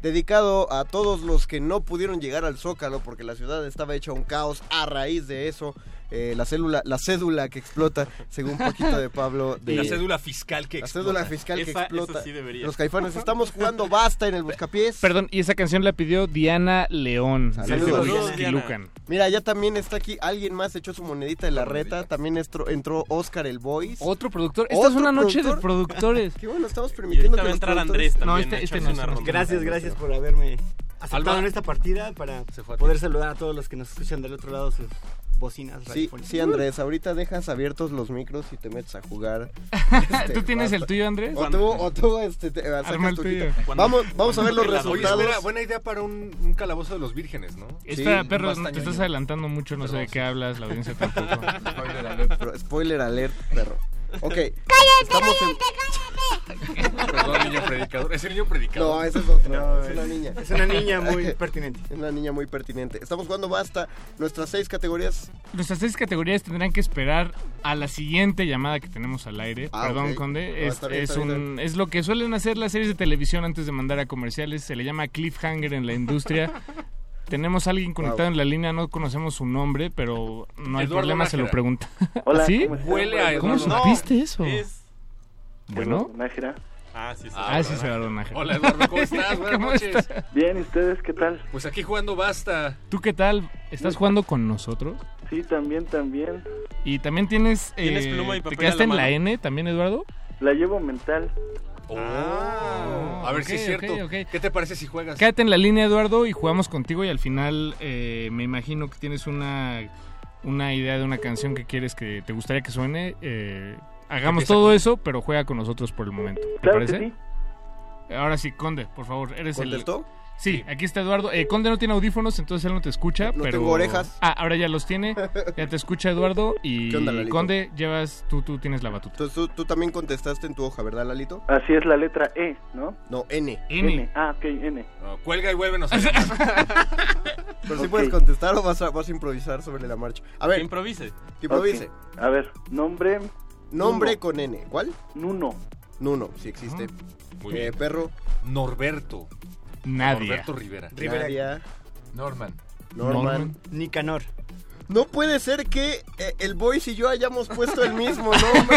dedicado a todos los que no pudieron llegar al Zócalo porque la ciudad estaba hecha un caos a raíz de eso. eh, la célula, la cédula que explota, según poquito de Pablo. De, La cédula fiscal que La explota. cédula fiscal que Esa- esa explota. sí debería. Los caifanes, estamos jugando basta en el buscapiés. Perdón, y esa canción la pidió Diana León. desde Huixquilucan. Mira, ya también está aquí alguien más echó su monedita de la reta. También estro- entró Oscar el Boys. Otro productor. Esta es una noche de productores. Qué bueno, estamos Y permitiendo ahorita va que a los entrar productores- Andrés también, No, este- a este echarse no, una este no. ronda. Gracias, gracias por haberme aceptado Alba. en esta partida para poder saludar a todos los que nos escuchan del otro lado sus bocinas. Sí, radiofónicas. sí, Andrés, ahorita dejas abiertos los micros y te metes a jugar. ¿Tú tienes el tuyo, Andrés? O tú, o tú, este, te- Arma sacas el tu tuyo. hojita. Cuando- Vamos, vamos a ver los Oye, resultados. espera, buena idea para un, un calabozo de los vírgenes, ¿no? Espera, perro, te estás adelantando mucho, no sé de qué hablas, la audiencia tampoco. Spoiler alert, pero- spoiler alert, perro. Ok. estamos en- Perdón, niño predicador. Es el niño predicador. No, esa es otra. No, es una niña. es una niña muy pertinente. Es una niña muy pertinente. Estamos jugando basta. Nuestras seis categorías. Nuestras seis categorías tendrán que esperar a la siguiente llamada que tenemos al aire. Ah, Perdón, ok. No, Conde. Es, está bien, es está bien, un- es lo que suelen hacer las series de televisión antes de mandar a comerciales. Se le llama cliffhanger en la industria. Tenemos a alguien conectado en la línea, no conocemos su nombre, pero no hay Eduardo problema, se lo Nájera. pregunta. Hola, ¿Sí? ¿cómo estás? Huele a ¿Cómo Eduardo. supiste No, eso? es- Bueno, Ah, sí, se Ah, sí, Eduardo Nájera. Hola, Eduardo, ¿cómo estás? Buenas ¿Cómo noches. estás? Bien, ¿y ustedes qué tal? Pues aquí jugando basta. ¿Tú qué tal? ¿Estás jugando con nosotros? Sí, también, también. Y también tienes... eh, Tienes pluma y ¿Te papel quedaste a la en la mano. N también, Eduardo? La llevo mental. Ah, Oh. a ver si es ok, cierto. ok, ¿Qué te parece si juegas? Quédate en la línea, Eduardo, y jugamos contigo y al final eh, me imagino que tienes una, una idea de una canción que quieres que te gustaría que suene. eh, hagamos Empieza todo con- eso, pero juega con nosotros por el momento. ¿Te Claro que parece? Ahora sí, Conde, por favor, eres ¿Contestó? el... Sí, aquí está Eduardo. Eh, Conde no tiene audífonos, entonces él no te escucha. No pero... tengo orejas. Ah, ahora ya los tiene. Ya te escucha Eduardo y ¿Qué onda, Lalito? Conde, llevas tú, tú tienes la batuta. Entonces tú, tú también contestaste en tu hoja, ¿verdad, Lalito? Así es la letra E, ¿no? No, N. Ah, ok, N. Cuelga y vuélvenos. a Pero si Ok. puedes contestar o vas a, vas a improvisar sobre la marcha. A ver. Que improvise. Que improvise. Ok, A ver, nombre. Nombre Nuno. con N. ¿Cuál? Nuno. Nuno, si existe. Muy Eh, bien. perro. Norberto. Nadia. Norberto Rivera. Rivera. Nadia. Norman. Norman. Nicanor. No puede ser que eh, el Boys y yo hayamos puesto el mismo nombre.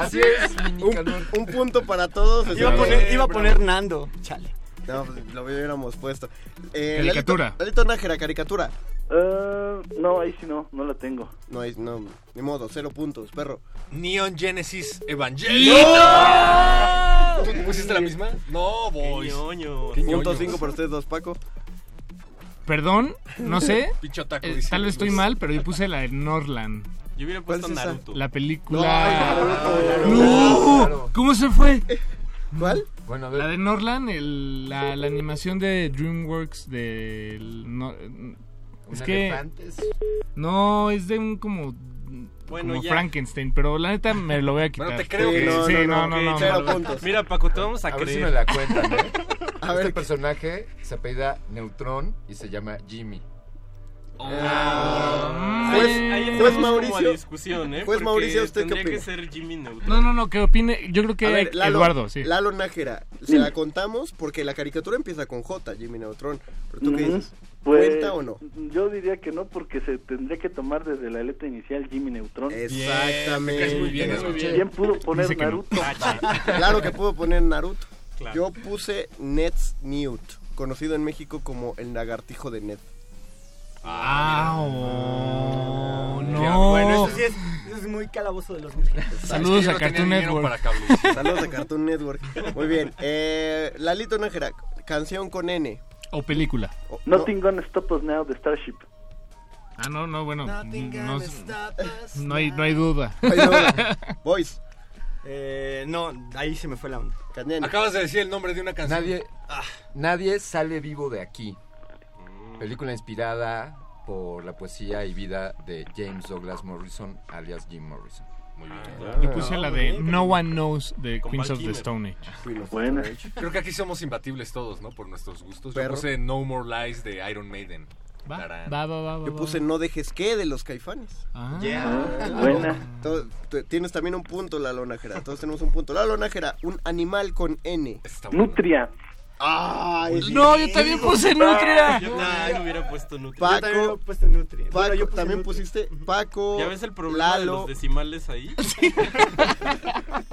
Así es. Un, un punto para todos. Iba a poner, iba a poner Nando. Chale. No, pues, lo hubiéramos puesto. Eh, Caricatura. Lalito, Lalito Nájera, caricatura. Ah, no, ahí sí no, no la tengo. No, es, no, ni modo, cero puntos, perro. Neon Genesis Evangelion. ¡No! ¿Tú te pusiste la misma? No, boys. Qué Punto ñoños. cinco para ustedes dos, Paco. Perdón, no sé. Pinche otaku, Eh, dice tal vez estoy Luis. mal, pero yo puse la de Norland. Yo hubiera puesto Naruto. La Ay, película. Naruto. ¡No! Claro. ¿Cómo se fue? ¿Cuál? La de Norland, el- la, la animación de DreamWorks del. no- es que. No, es de un como. Bueno, como ya. Frankenstein, pero la neta me lo voy a quitar. Bueno, te creo Sí, que sí, no, no, no. ok, me chao. lo- Mira, Paco, te vamos a, A ver si creer. me la cuentan, ¿eh? este personaje se apellida Neutrón y se llama Jimmy. Juez- Oh, Ah, pues, ahí juez entramos como a Ah. Pues, Mm. Mauricio. la discusión, ¿eh? Juez Porque Mauricio, ¿usted qué tendría opina? que ser Jimmy Neutron. No, no, no, que opine. Yo creo que A ver, Lalo- Eduardo, sí. Lalo Nájera, se la contamos porque la caricatura empieza con J, Jimmy Neutron. Pero tú qué Ujú. dices, Pues, ¿cuenta o no? Yo diría que no, porque se tendría que tomar desde la letra inicial Jimmy Neutron. Exactamente. Bien, muy bien, muy bien. Bien pudo poner Dice que no. Naruto. Ah, claro que pudo poner Naruto. Claro. Yo puse Nets Newt, conocido en México como el lagartijo de Ned. Ah, oh, no. Bueno, eso sí es, eso es muy calabozo de los mil. Saludos a Cartoon Network. Saludos a Cartoon Network. Muy bien. Eh, Lalito Nájera, canción con N. O película. O- Nothing gonna stop us now de Starship. Ah, no, no, bueno. No, no hay, no hay duda. Boys. Eh, no, ahí se me fue la onda. Acabas de decir el nombre de una canción. Ah, Nadie, nadie sale vivo de aquí. Película inspirada por la poesía y vida de James Douglas Morrison, alias Jim Morrison. Muy bien. Yo puse la de No One Knows de Queens of the Stone Age. Buena. Creo que aquí somos imbatibles todos, ¿no? Por nuestros gustos. Yo Perro. puse No More Lies de Iron Maiden. Tarán. Va, va, va, va, Yo va, puse va. No dejes que de los caifanes. Ah. Ah, buena. To- te- Tienes también un punto, Lalo Nájera. Todos tenemos un punto. Lalo Nájera, un animal con N. Nutria. Ay, No, yo también puse Nutria. Yo también hubiera puesto Nutria. Ah, Paco, Yo también- Paco, también pusiste Paco, ¿Ya ves el problema de este. Lalo, los decimales ahí?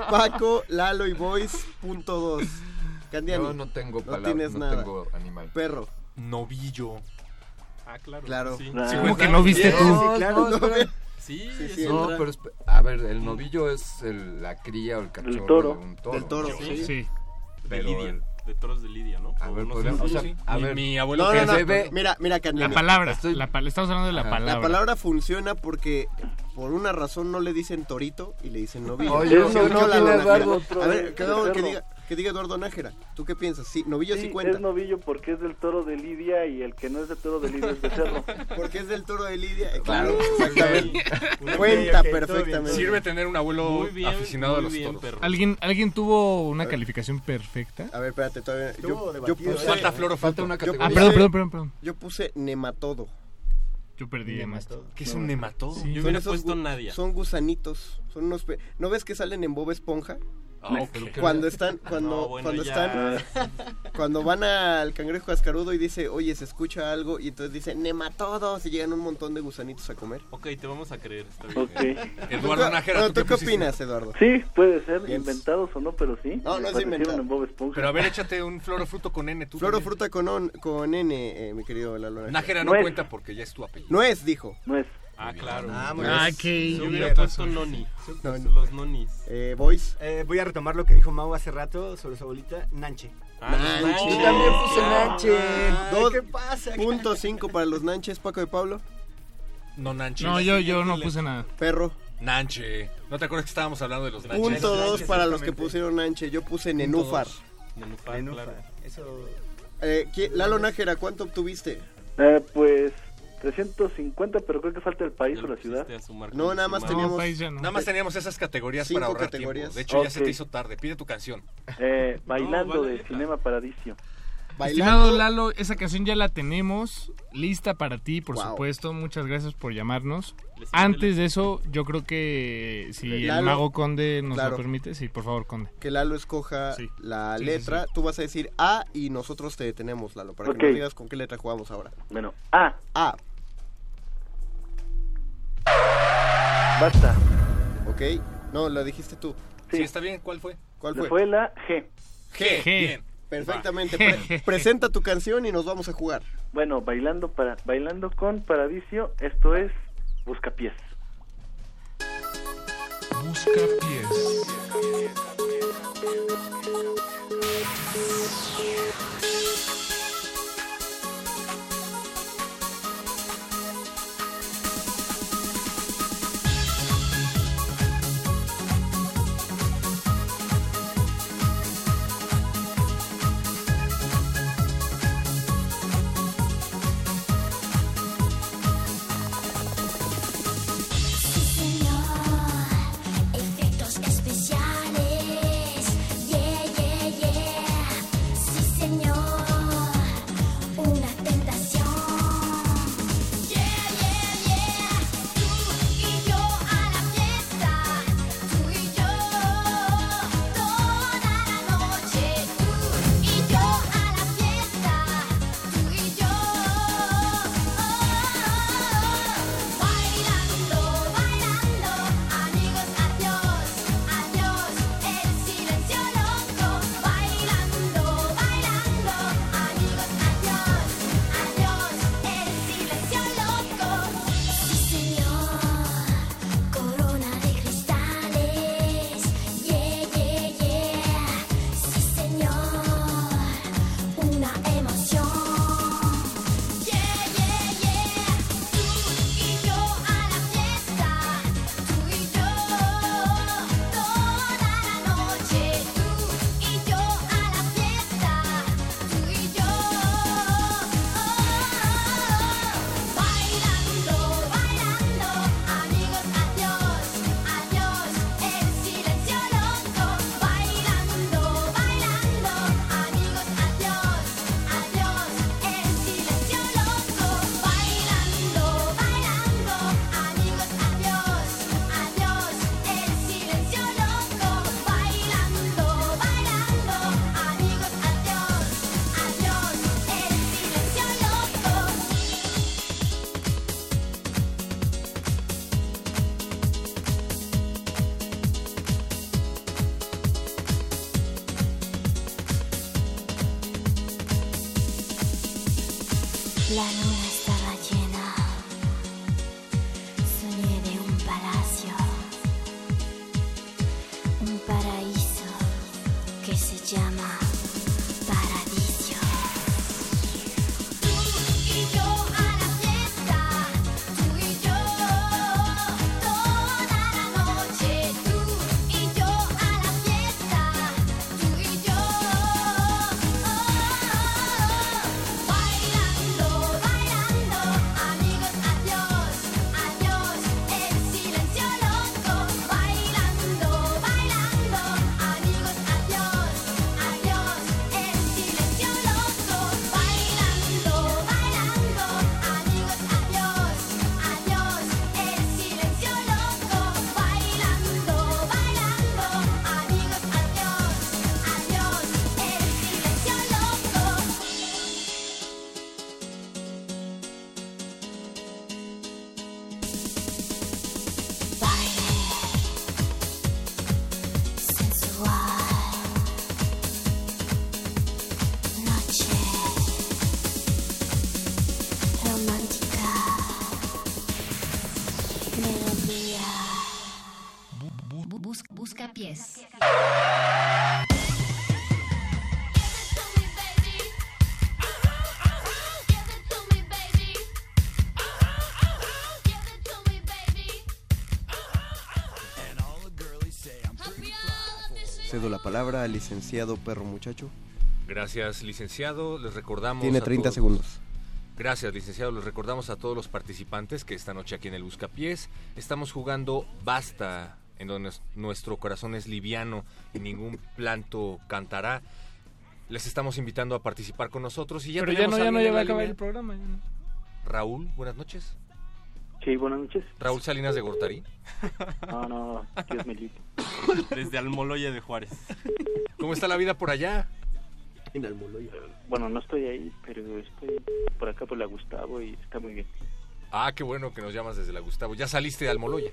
Paco, Lalo y Boys, punto dos. Candiani, Yo no tengo no palabra, tienes no nada. tengo animal. Perro. Novillo. Ah, claro. Claro. Sí. Claro. Sí, ¿Cómo ¿verdad? que no viste Sí, tú? no, Sí, claro, no, no espera. ve. Sí, Sí, sí, No, entra. pero esp- a ver, el novillo es el- la cría o el cachorro toro. de un toro. Del toro, ¿no? sí. Sí. Pero de Lidia. el- De toros de Lidia, ¿no? A O ver, no podemos- sé. o sea, a ver. No, no, no. Debe- Mira, mira, Candiani. La palabra. la pal- estamos hablando de la palabra. La palabra funciona porque por una razón no le dicen torito y le dicen novillo. Oye, Eso ¿qué opina no, Lalo Nájera. Eduardo? A ver, que, Perro. que diga, que diga Eduardo Nájera. ¿Tú qué piensas? Sí, novillo sí, Sí, cuenta. es novillo porque es del toro de Lidia y el que no es del toro de Lidia es becerro. Porque es del toro de Lidia. Claro, exactamente. Ok, Cuenta ok, todo perfectamente. bien. Sirve tener un abuelo Muy bien, aficionado a muy los bien, toros. perro. ¿Alguien, ¿Alguien tuvo una calificación perfecta? A ver, espérate, todavía. Yo, yo debatido, puse, ¿eh? Falta flor o fruto. Yo Ah, puse- perdón, perdón, perdón, perdón. Yo puse nematodo. Yo perdí además. ¿Qué es un nematodo? Yo Son hubiera esos puesto gu- Nadia. Son gusanitos. Son unos pe- ¿No ves que salen en Bob Esponja? No, pero qué- cuando están, cuando, No, bueno, cuando ya. están, cuando van al cangrejo cascarudo y dice, oye, se escucha algo, y entonces dice, nematodos, y llegan un montón de gusanitos a comer. Ok, te vamos a creer. Está bien. Ok. Eduardo Nájera, Bueno, ¿tú ¿tú qué qué pusiste? opinas, Eduardo? Sí, puede ser, Bien. inventados o no, pero sí. No, no es Aparecieron inventado. en Bob Esponja. Pero a ver, échate un flor o fruto con N. Tú Floro también. fruta con, on- con N, eh, mi querido Lalo Nájera. Nájera no Nuez. cuenta porque ya es tu apellido. Nuez, dijo. Nuez. Ah, claro. Ah, muy Nuez. bien. Yo hubiera puesto noni. Los nonis. Eh, boys. Eh, voy a retomar lo que dijo Mau hace rato sobre su abuelita, Nanche. Ah, Nanche. Yo también puse Nanche. Dos- ¿Qué pasa? Punto cinco para los nanches, Paco de Pablo. No, Nanche. No, yo- yo no puse nada. Perro. Nanche. ¿No te acuerdas que estábamos hablando de los Nanches? Punto dos para los que pusieron nanche, yo puse nenúfar. Nenúfar, claro. Eso... Eh, ¿quién- Lalo Nájera, ¿cuánto obtuviste? Eh, pues 350, pero creo que falta el país o la ciudad. No, nada más teníamos... Nada más teníamos esas categorías Cinco para ahorrar categorías. tiempo. De hecho, ya se Ok. te hizo tarde. Pide tu canción. Eh, bailando No, vale, de Cinema Paradiso. Estimado Lalo, esa canción ya la tenemos lista para ti, por Wow. supuesto. Muchas gracias por llamarnos. Les sirve Antes de eso, yo creo que si el Lalo- mago Conde nos Claro. lo permite, sí, por favor, Conde. que Lalo escoja la Sí, sí, letra. sí. Tú vas a decir A y nosotros te detenemos, Lalo, para Ok. que nos digas con qué letra jugamos ahora. Bueno, A. A. Basta. Ok. No, lo dijiste tú. Sí. está bien. ¿Cuál fue? ¿Cuál Le fue? fue la G. G. G. Bien. Perfectamente. Va. Pre- presenta tu canción y nos vamos a jugar. Bueno, bailando para bailando con Paradiso, esto es Buscapiés. Buscapiés. Señor, efectos especiales. Yeah, yeah, yeah. Sí, señor, una tentación. Yeah, yeah, yeah. Tú y yo a la fiesta. Tú y yo toda la noche. Tú y yo a la fiesta. Tú y yo bailando, bailando. Amigos, adiós, adiós. El silencio loco. Bailando, bailando. Amigos, adiós, adiós. El silencio loco. Sí, señor. Corona de cristales. Yeah, yeah, yeah. Sí, señor. Una emoción. Yeah, yeah, yeah. Tú y yo a la fiesta. Tú y yo toda la noche. Tú y yo a la fiesta. Tú y yo bailando, bailando. Amigos, adiós, adiós. El silencio loco. Bailando, bailando. Amigos, adiós, adiós. El silencio loco. Bailando, bailando. Amigos, adiós, adiós. El silencio loco. Bailando, bailando. Amigos, adiós, adiós. El silencio loco. La luna estaba llena, soñé de un palacio, un paraíso que se llama Paradiso. Tú y yo a la fiesta, tú y yo toda la noche, tú y yo a la fiesta, tú y yo. Bailando, bailando, Bus- busca pies. Cedo la palabra al licenciado perro muchacho. Gracias, licenciado. Les recordamos. Tiene a 30 todos- segundos. Gracias, licenciado. Les recordamos a todos los participantes que esta noche aquí en el Buscapiés estamos jugando Basta, en donde nos- nuestro corazón es liviano y ningún planto cantará. Les estamos invitando a participar con nosotros y ya Pero ya tenemos no, ya no, alguien ya en va a la acabar línea. el programa. ya no. Raúl, buenas noches. Sí, buenas noches. Raúl Salinas de Gortari. No, no, aquí es Melito. Desde Almoloya de Juárez. ¿Cómo está la vida por allá? En Almoloya. Bueno, no estoy ahí, pero estoy por acá por la Gustavo y está muy bien. Ah, qué bueno que nos llamas desde la Gustavo. Ya saliste de Almoloya.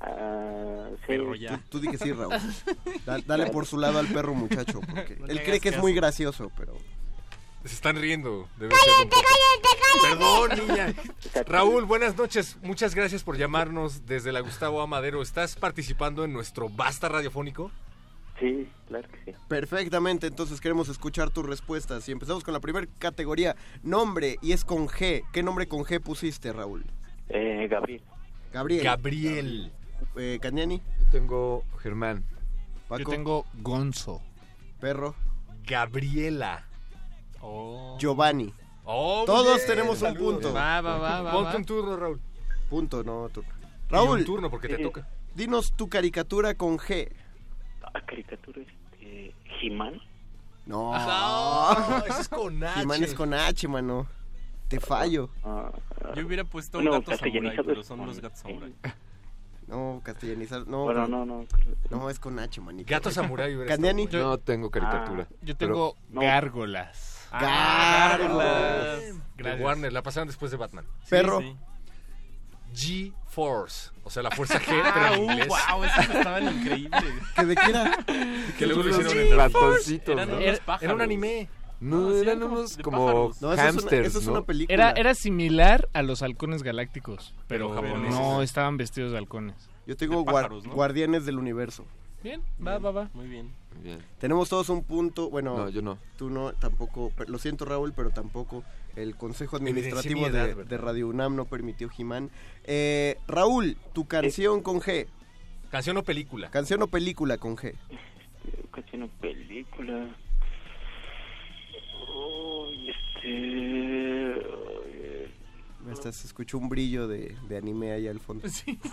Ah, sí. Pero ya. Tú di que sí, Raúl. Da- dale por su lado al perro muchacho. porque No le él hagas cree que es caso. muy gracioso, pero. Se están riendo. Debe ser un poco. Perdón, niña. Raúl, buenas noches. Muchas gracias por llamarnos desde la Gustavo Amadero. ¿Estás participando en nuestro Basta Radiofónico? Sí, claro que sí. Perfectamente, entonces queremos escuchar tus respuestas. Y empezamos con la primera categoría: nombre, y es con G. ¿Qué nombre con G pusiste, Raúl? Eh, Gabriel. Gabriel. Gabriel. Eh, Cañani. Tengo Germán. Paco. tengo Gonzo. Perro. Gabriela. Giovanni. Oh, Todos bien. tenemos un Saludos. punto. Va, va, va, va, Ponte va. un turno, Raúl. Punto, no turno. Y Raúl. eh, un turno, porque te Sí. toca. Dinos tu caricatura con G. Ah, caricatura este. Jimán. No. Ah. No, ese Ah, es con H. Jimán es con H, mano. Te fallo. Yo hubiera puesto un Bueno, gato samurai, castellanizado pero es son con- los gatos samurai. No, castellanizar. No, Bueno, con- no, no. No, es con H, manito. Gato Samurái hubiera Candiani. estado bueno. No tengo caricatura. Ah, Yo tengo No. gárgolas. Gárgolas. De Gracias. Warner, la pasaron después de Batman. Perro. G-Force, o sea, la fuerza G, Ah, pero en uh, inglés. guau, esos estaban increíbles. ¿Que de qué era? Que luego lo hicieron en en ratoncitos. Eran ¿no? unos Era- pájaros. era un anime. No, eran unos como No, eso es una- hamsters, eso es ¿no? una película. Era- era similar a los halcones galácticos, pero, Pero japoneses. no estaban vestidos de halcones. Yo tengo De guar- pájaros, ¿no? Guardianes del Universo. Bien, va, va, va. Muy bien. Tenemos todos un punto. Bueno, No, yo no. Tú no, tampoco. per- Lo siento, Raúl, pero tampoco. El Consejo Administrativo Evidencié mi edad, de, ¿verdad? de Radio UNAM no permitió Jimán. Eh, Raúl, tu canción con G. Canción o película. Canción o película con G. Canción o película. Uy, este. ay, Hasta se escuchó un brillo de, de anime ahí al fondo.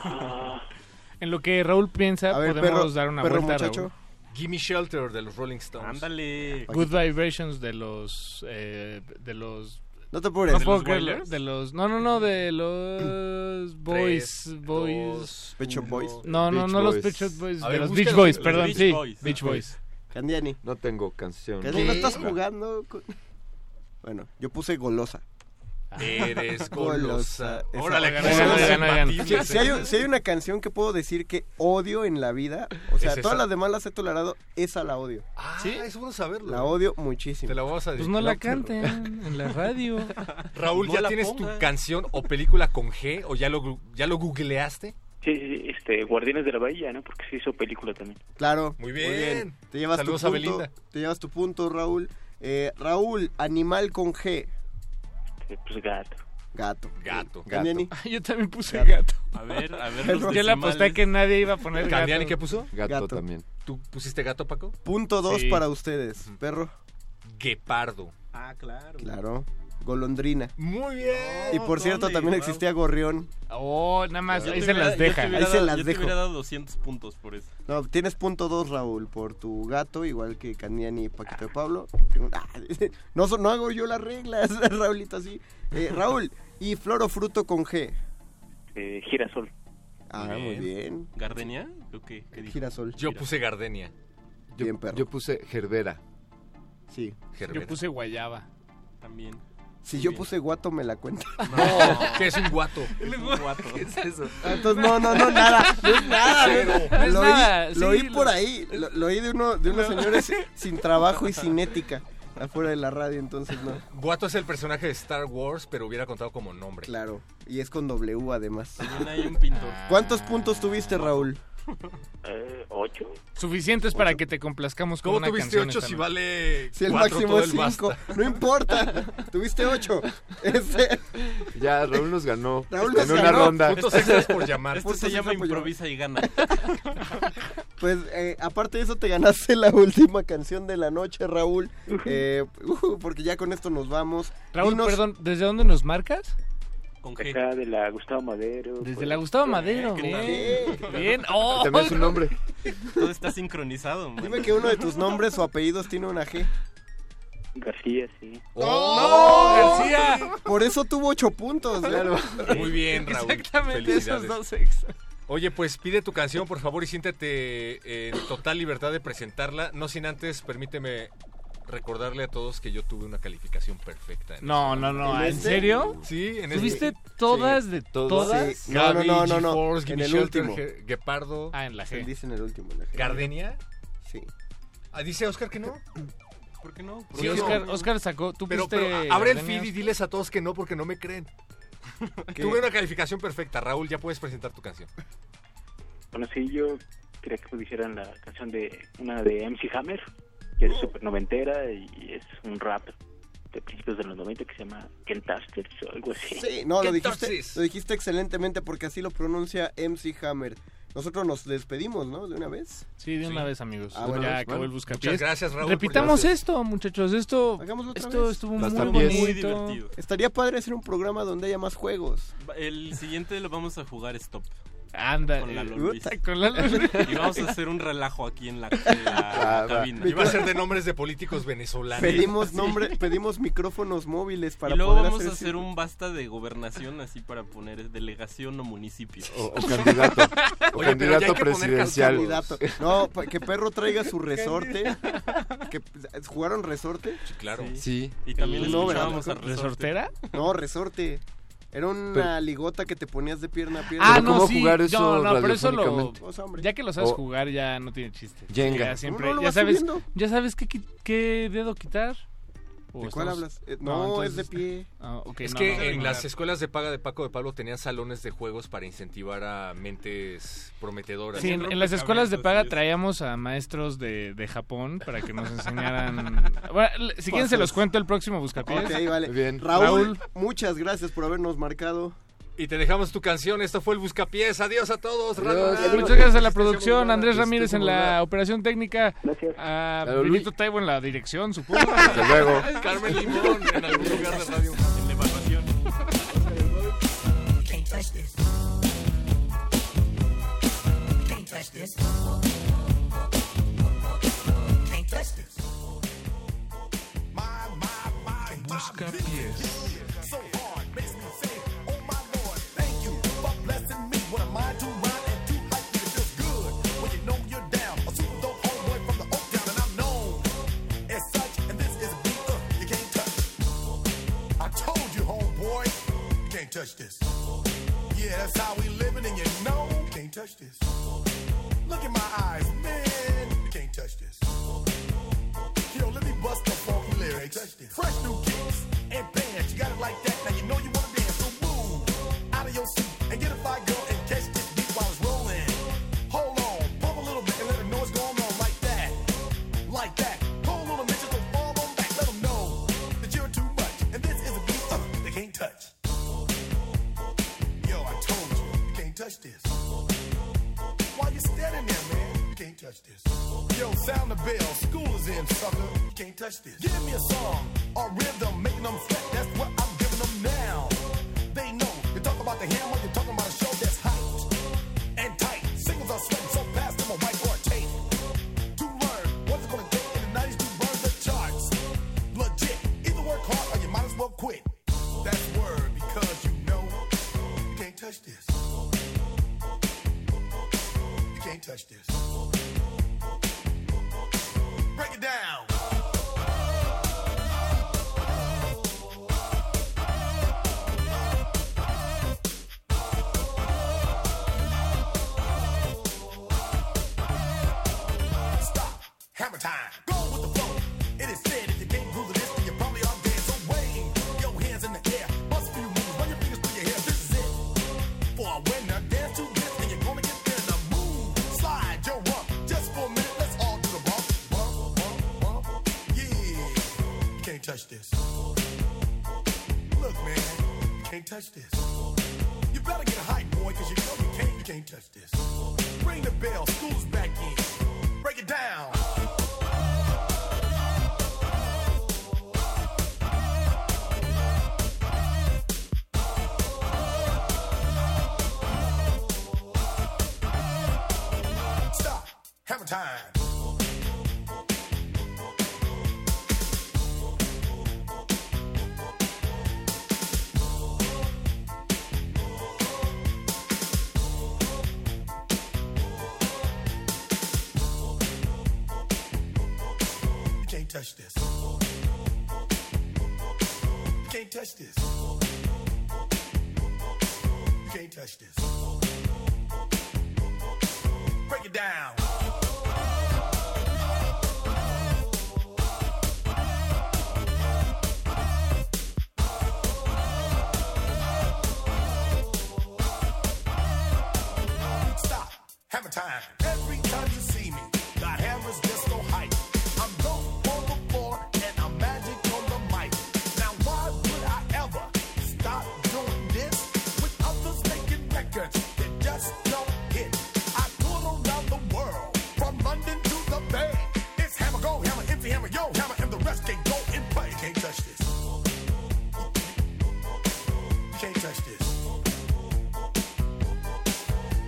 ah, En lo que Raúl piensa, A ver, podemos perro- dar una perro vuelta muchacho. Raúl. Gimme Shelter de los Rolling Stones. Ándale. Ah, Good Vibrations de los eh, de los No te apures. No ¿De puedo los creerlo, Wailers? de los no no no de los Boys Boys Pet Shop Boys. No, no, Beach no los Boys. Pet Shop Boys, A de ver, los busca Beach los- Boys, los perdón, Beach sí, Boys. Beach Boys. Candiani. No tengo canción. Candiani, no estás jugando. con- Ah. Bueno, yo puse golosa. Eres golosa. Esa- Órale, Oigan, golosa, oigan, oigan, oigan. oigan. ah, Si, si hay, un- si hay una canción que puedo decir que odio en la vida, o sea, Es esa. todas las demás las he tolerado, esa la odio. Ah, es bueno saberlo. La odio muchísimo. Te la vamos a Pues dedicar. no la canten en la radio. Raúl, No ¿ya la tienes pongan. tu canción o película con G o ya lo, gu- ya lo googleaste? sí, sí, sí, este, Guardianes de la Bahía, ¿no? Porque se hizo película también. Claro. Muy bien. Te llevas Saludos tu a punto, Belinda. Te llevas tu punto, Raúl. Eh, Raúl, animal con G. Este, pues gato. Gato. Gato. Candiani. Yo también puse gato. A ver, a ver. Yo los le aposté decimales. que nadie iba a poner ¿Candiani gato. qué puso? Gato, Gato. también. ¿Tú pusiste gato, Paco? Punto dos Sí. para ustedes. Perro, Guepardo. Ah, claro. claro. Golondrina. Muy bien. y por cierto, también existía gorrión. Oh, nada más, Yo ahí te se hubiera- las yo te deja. hubiera Ahí se dado- las yo dejo. te hubiera dado 200 puntos por eso. No, tienes punto dos, Raúl, por tu gato, igual que Candiani y Paquito de Pablo. Tengo- Ah, no, so- no hago yo las reglas, Raulito, así. Eh, Raúl, y flor o fruto con G. Eh, girasol. Ah, muy bien. ¿Gardenia? ¿O qué? ¿Qué dijo? Girasol. Yo puse gardenia. Yo, yo puse Gerbera. Sí. Gerbera. Yo puse guayaba. También. Si yo puse guato, me la cuenta. No, ¿qué es un guato? ¿Qué es eso? Ah, Entonces, no, no, no, nada. No es nada. no es- No es lo nada, oí, lo sí, oí lo- por ahí. Lo, lo oí de, uno, de unos señores sin trabajo y sin ética afuera de la radio, entonces no. Guato es el personaje de Star Wars, pero hubiera contado como nombre. Claro. Y es con W además. También hay un pintor. ¿Cuántos puntos tuviste, Raúl? Eh, ¿Ocho? Suficientes para que te complazcamos con ¿Cómo Pues una tuviste canción ocho esta si noche. vale Si el máximo es 5, no importa. Tuviste 8. Ya, Raúl nos ganó. Este, Raúl en nos una ganó. ronda. Puntos extras por llamar. Este Este Esto se Puntos llama extra por llamar. improvisa y gana. Pues eh, aparte de eso te ganaste la última canción de la noche, Raúl. Eh, ujú, porque ya con esto nos vamos. Raúl, Dinos- perdón, ¿desde dónde nos marcas? De acá de la Gustavo Madero. Desde pues, la Gustavo eh, Madero. ¿qué Eh. Bien, tal? bien. ¡Oh! Todo está sincronizado, man. Dime que uno de tus nombres o apellidos tiene una G. García, sí. ¡Oh! Por eso tuvo 8 puntos. Claro. Muy bien, Raúl. Exactamente, Felicidades. esos dos ex. Oye, pues pide tu canción, por favor, y siéntate en total libertad de presentarla. No sin antes, permíteme recordarle a todos que yo tuve una calificación perfecta. en No, ese no, no, momento. ¿en este? serio? Sí, en ¿Tuviste este. todas de todas? Sí. No, no, Gaby, no, no, no. GeForce, En Gimme el Shelter, último. Ge- Guepardo. Ah, en la Se dice en el último. en la G. ¿Gardenia? Sí. Ah, dice Oscar que no. ¿Por qué no? Sí, Oscar, Oscar sacó, tú Pero, viste... pero, a- abre el Gardenias? feed y diles a todos que no porque no me creen. Tuve una calificación perfecta. Raúl, ya puedes presentar tu canción. Bueno, sí, yo quería que me dijeran la canción de una de MC Hammer, que Oh. es súper noventera y es un rap de principios de los 90 que se llama Kentasters o algo así. Sí, Eh, no, lo dijiste, lo dijiste excelentemente porque así lo pronuncia MC Hammer. Nosotros nos despedimos, ¿no? De una vez. Sí, de una vez, amigos. Ah, bueno, ya pues, acabó bueno. el buscapiés. Muchas gracias, Raúl, por Repitamos llevarse- esto, muchachos. Esto, Hagámoslo otra esto vez. estuvo Las muy tapies. bonito. Muy divertido. Estaría padre hacer un programa donde haya más juegos. El siguiente lo vamos a jugar stop. Anda, con eh, la Luis. puta, con la Lolo. Y vamos a hacer un relajo aquí en la, en la Ah, va. cabina. Y va a ser de nombres de políticos venezolanos. Pedimos nombre, pedimos micrófonos móviles para y luego poder vamos hacer a ese- hacer un basta de gobernación así para poner delegación o municipio. O- o candidato. O Oye, pero ya hay candidato que poner presidencial. Candidato. No, pa- que perro traiga su resorte. Que, ¿Jugaron resorte? Sí, claro. Sí. Y también El- no, escuchábamos ¿verdad? a Resorte. ¿Resortera? No, resorte. Era una Pero- ligota que te ponías de pierna a pierna. Ah, no, sí. no, no, pero eso lo... Pues, radiofónicamente? O sea, hombre. Ya que lo sabes O- jugar, ya no tiene chiste. Jenga. Ya, siempre, No, no lo ya, vas sabes, subiendo. ya sabes qué, qui- qué dedo quitar. ¿O ¿De cuál estamos- hablas? Eh, no, es de pie. Ah, ok, es no, que no, en no, las no. escuelas de paga de Paco de Pablo tenían salones de juegos para incentivar a mentes prometedoras. Sí, en, en las escuelas de paga traíamos a maestros de, de Japón para que nos enseñaran. Bueno, l- si quieren, se los cuento el próximo Buscapiés. Ok, vale. Raúl, eh, muchas gracias por habernos marcado. Y te dejamos tu canción. Esto fue el Buscapiés. Adiós a todos. Este Radio Nam. Muchas gracias este, a la muy producción, buena, Andrés que esté Ramírez en muy la buena. operación técnica, a Claro, Luis. Benito Taibo en la dirección, supongo. Hasta luego. Carmen Limón en algún lugar de radio. En evaluación. Can't touch this. Can't touch this. Can't touch this. Busca pies. So hard, makes me say, oh my lord, thank you for blessing me. What am I to rhyme and to hype you? It feels good when you know you're down. A super dope homeboy from the Oak Town, and I'm known as such. And this is a beat uh, you can't touch. I told you, homeboy, you can't touch this. Yeah, that's how we living, and you know you can't touch this. Look in my eyes, man, you can't touch this. Yo, let me bust the funky lyrics. Fresh new kicks and bands. You got it like that. Now you know you wanna dance. So move out of your seat and get a fire girl and catch this beat while it's rolling. Hold on, pump a little bit and let them know what's going on like that, like that. Hold on a minute, so fall on back. Let them know that you're too much. And this is a beat uh, they can't touch. Yo, I told you, you can't touch this. Why you standing there, man? You can't touch this. Yo, sound the bell. School is in, sucker. You can't touch this. Give me a song or rhythm, making them sweat. That's what I'm giving them now. They know. You talk about the hammer, you're talking about a show that's hyped and tight. Singles are sweating so fast, I'm a whiteboard tape. To learn what's it gonna take in the 90s to burn the charts. Legit. Either work hard or you might as well quit. That's word because you know you can't touch this. You can't touch this. Break it down. Stop. Hammer time. Go with the flow. It is said if you can't groove to this, then you probably are dead. So wave your hands in the air. Bust a few moves. Run your fingers through your hair. This is it. For a winner, dance to this, and you're gonna get in the mood. Slide touch this. Look, man, you can't touch this. You better get a hype, boy, because you know you can't, you can't touch this. Ring the bell, school's back in. Break it down. Stop. Hammer time. You can't touch this. You can't touch this. You can't touch this. Break it down. Stop. Hammer time. Every time you see me, the hammer's just no height. I'm dope on the floor and I'm magic on the mic. Now why would I ever stop doing this with others making records that just don't hit? I tour around the world from London to the Bay. It's hammer go hammer, empty hammer yo hammer, and the rest can go and play. You can't touch this. You can't touch this.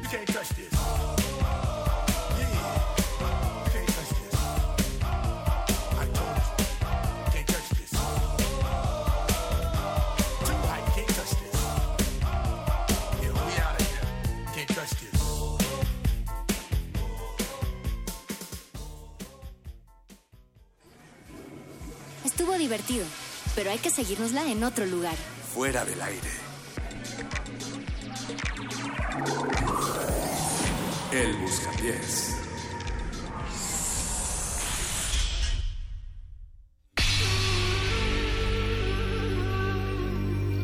You can't touch this. Yeah. You can't touch this. I told you. You can't touch this. Too high. You can't touch this. Yeah, we out of here. You can't touch this. Estuvo divertido, pero hay que seguirnosla en otro lugar. Fuera del aire. El Buscapiés.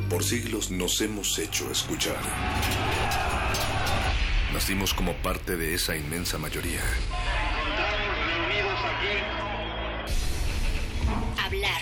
Por siglos nos hemos hecho escuchar. Nacimos como parte de esa inmensa mayoría. Hablar,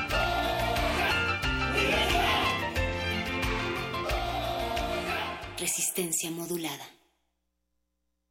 Resistencia modulada.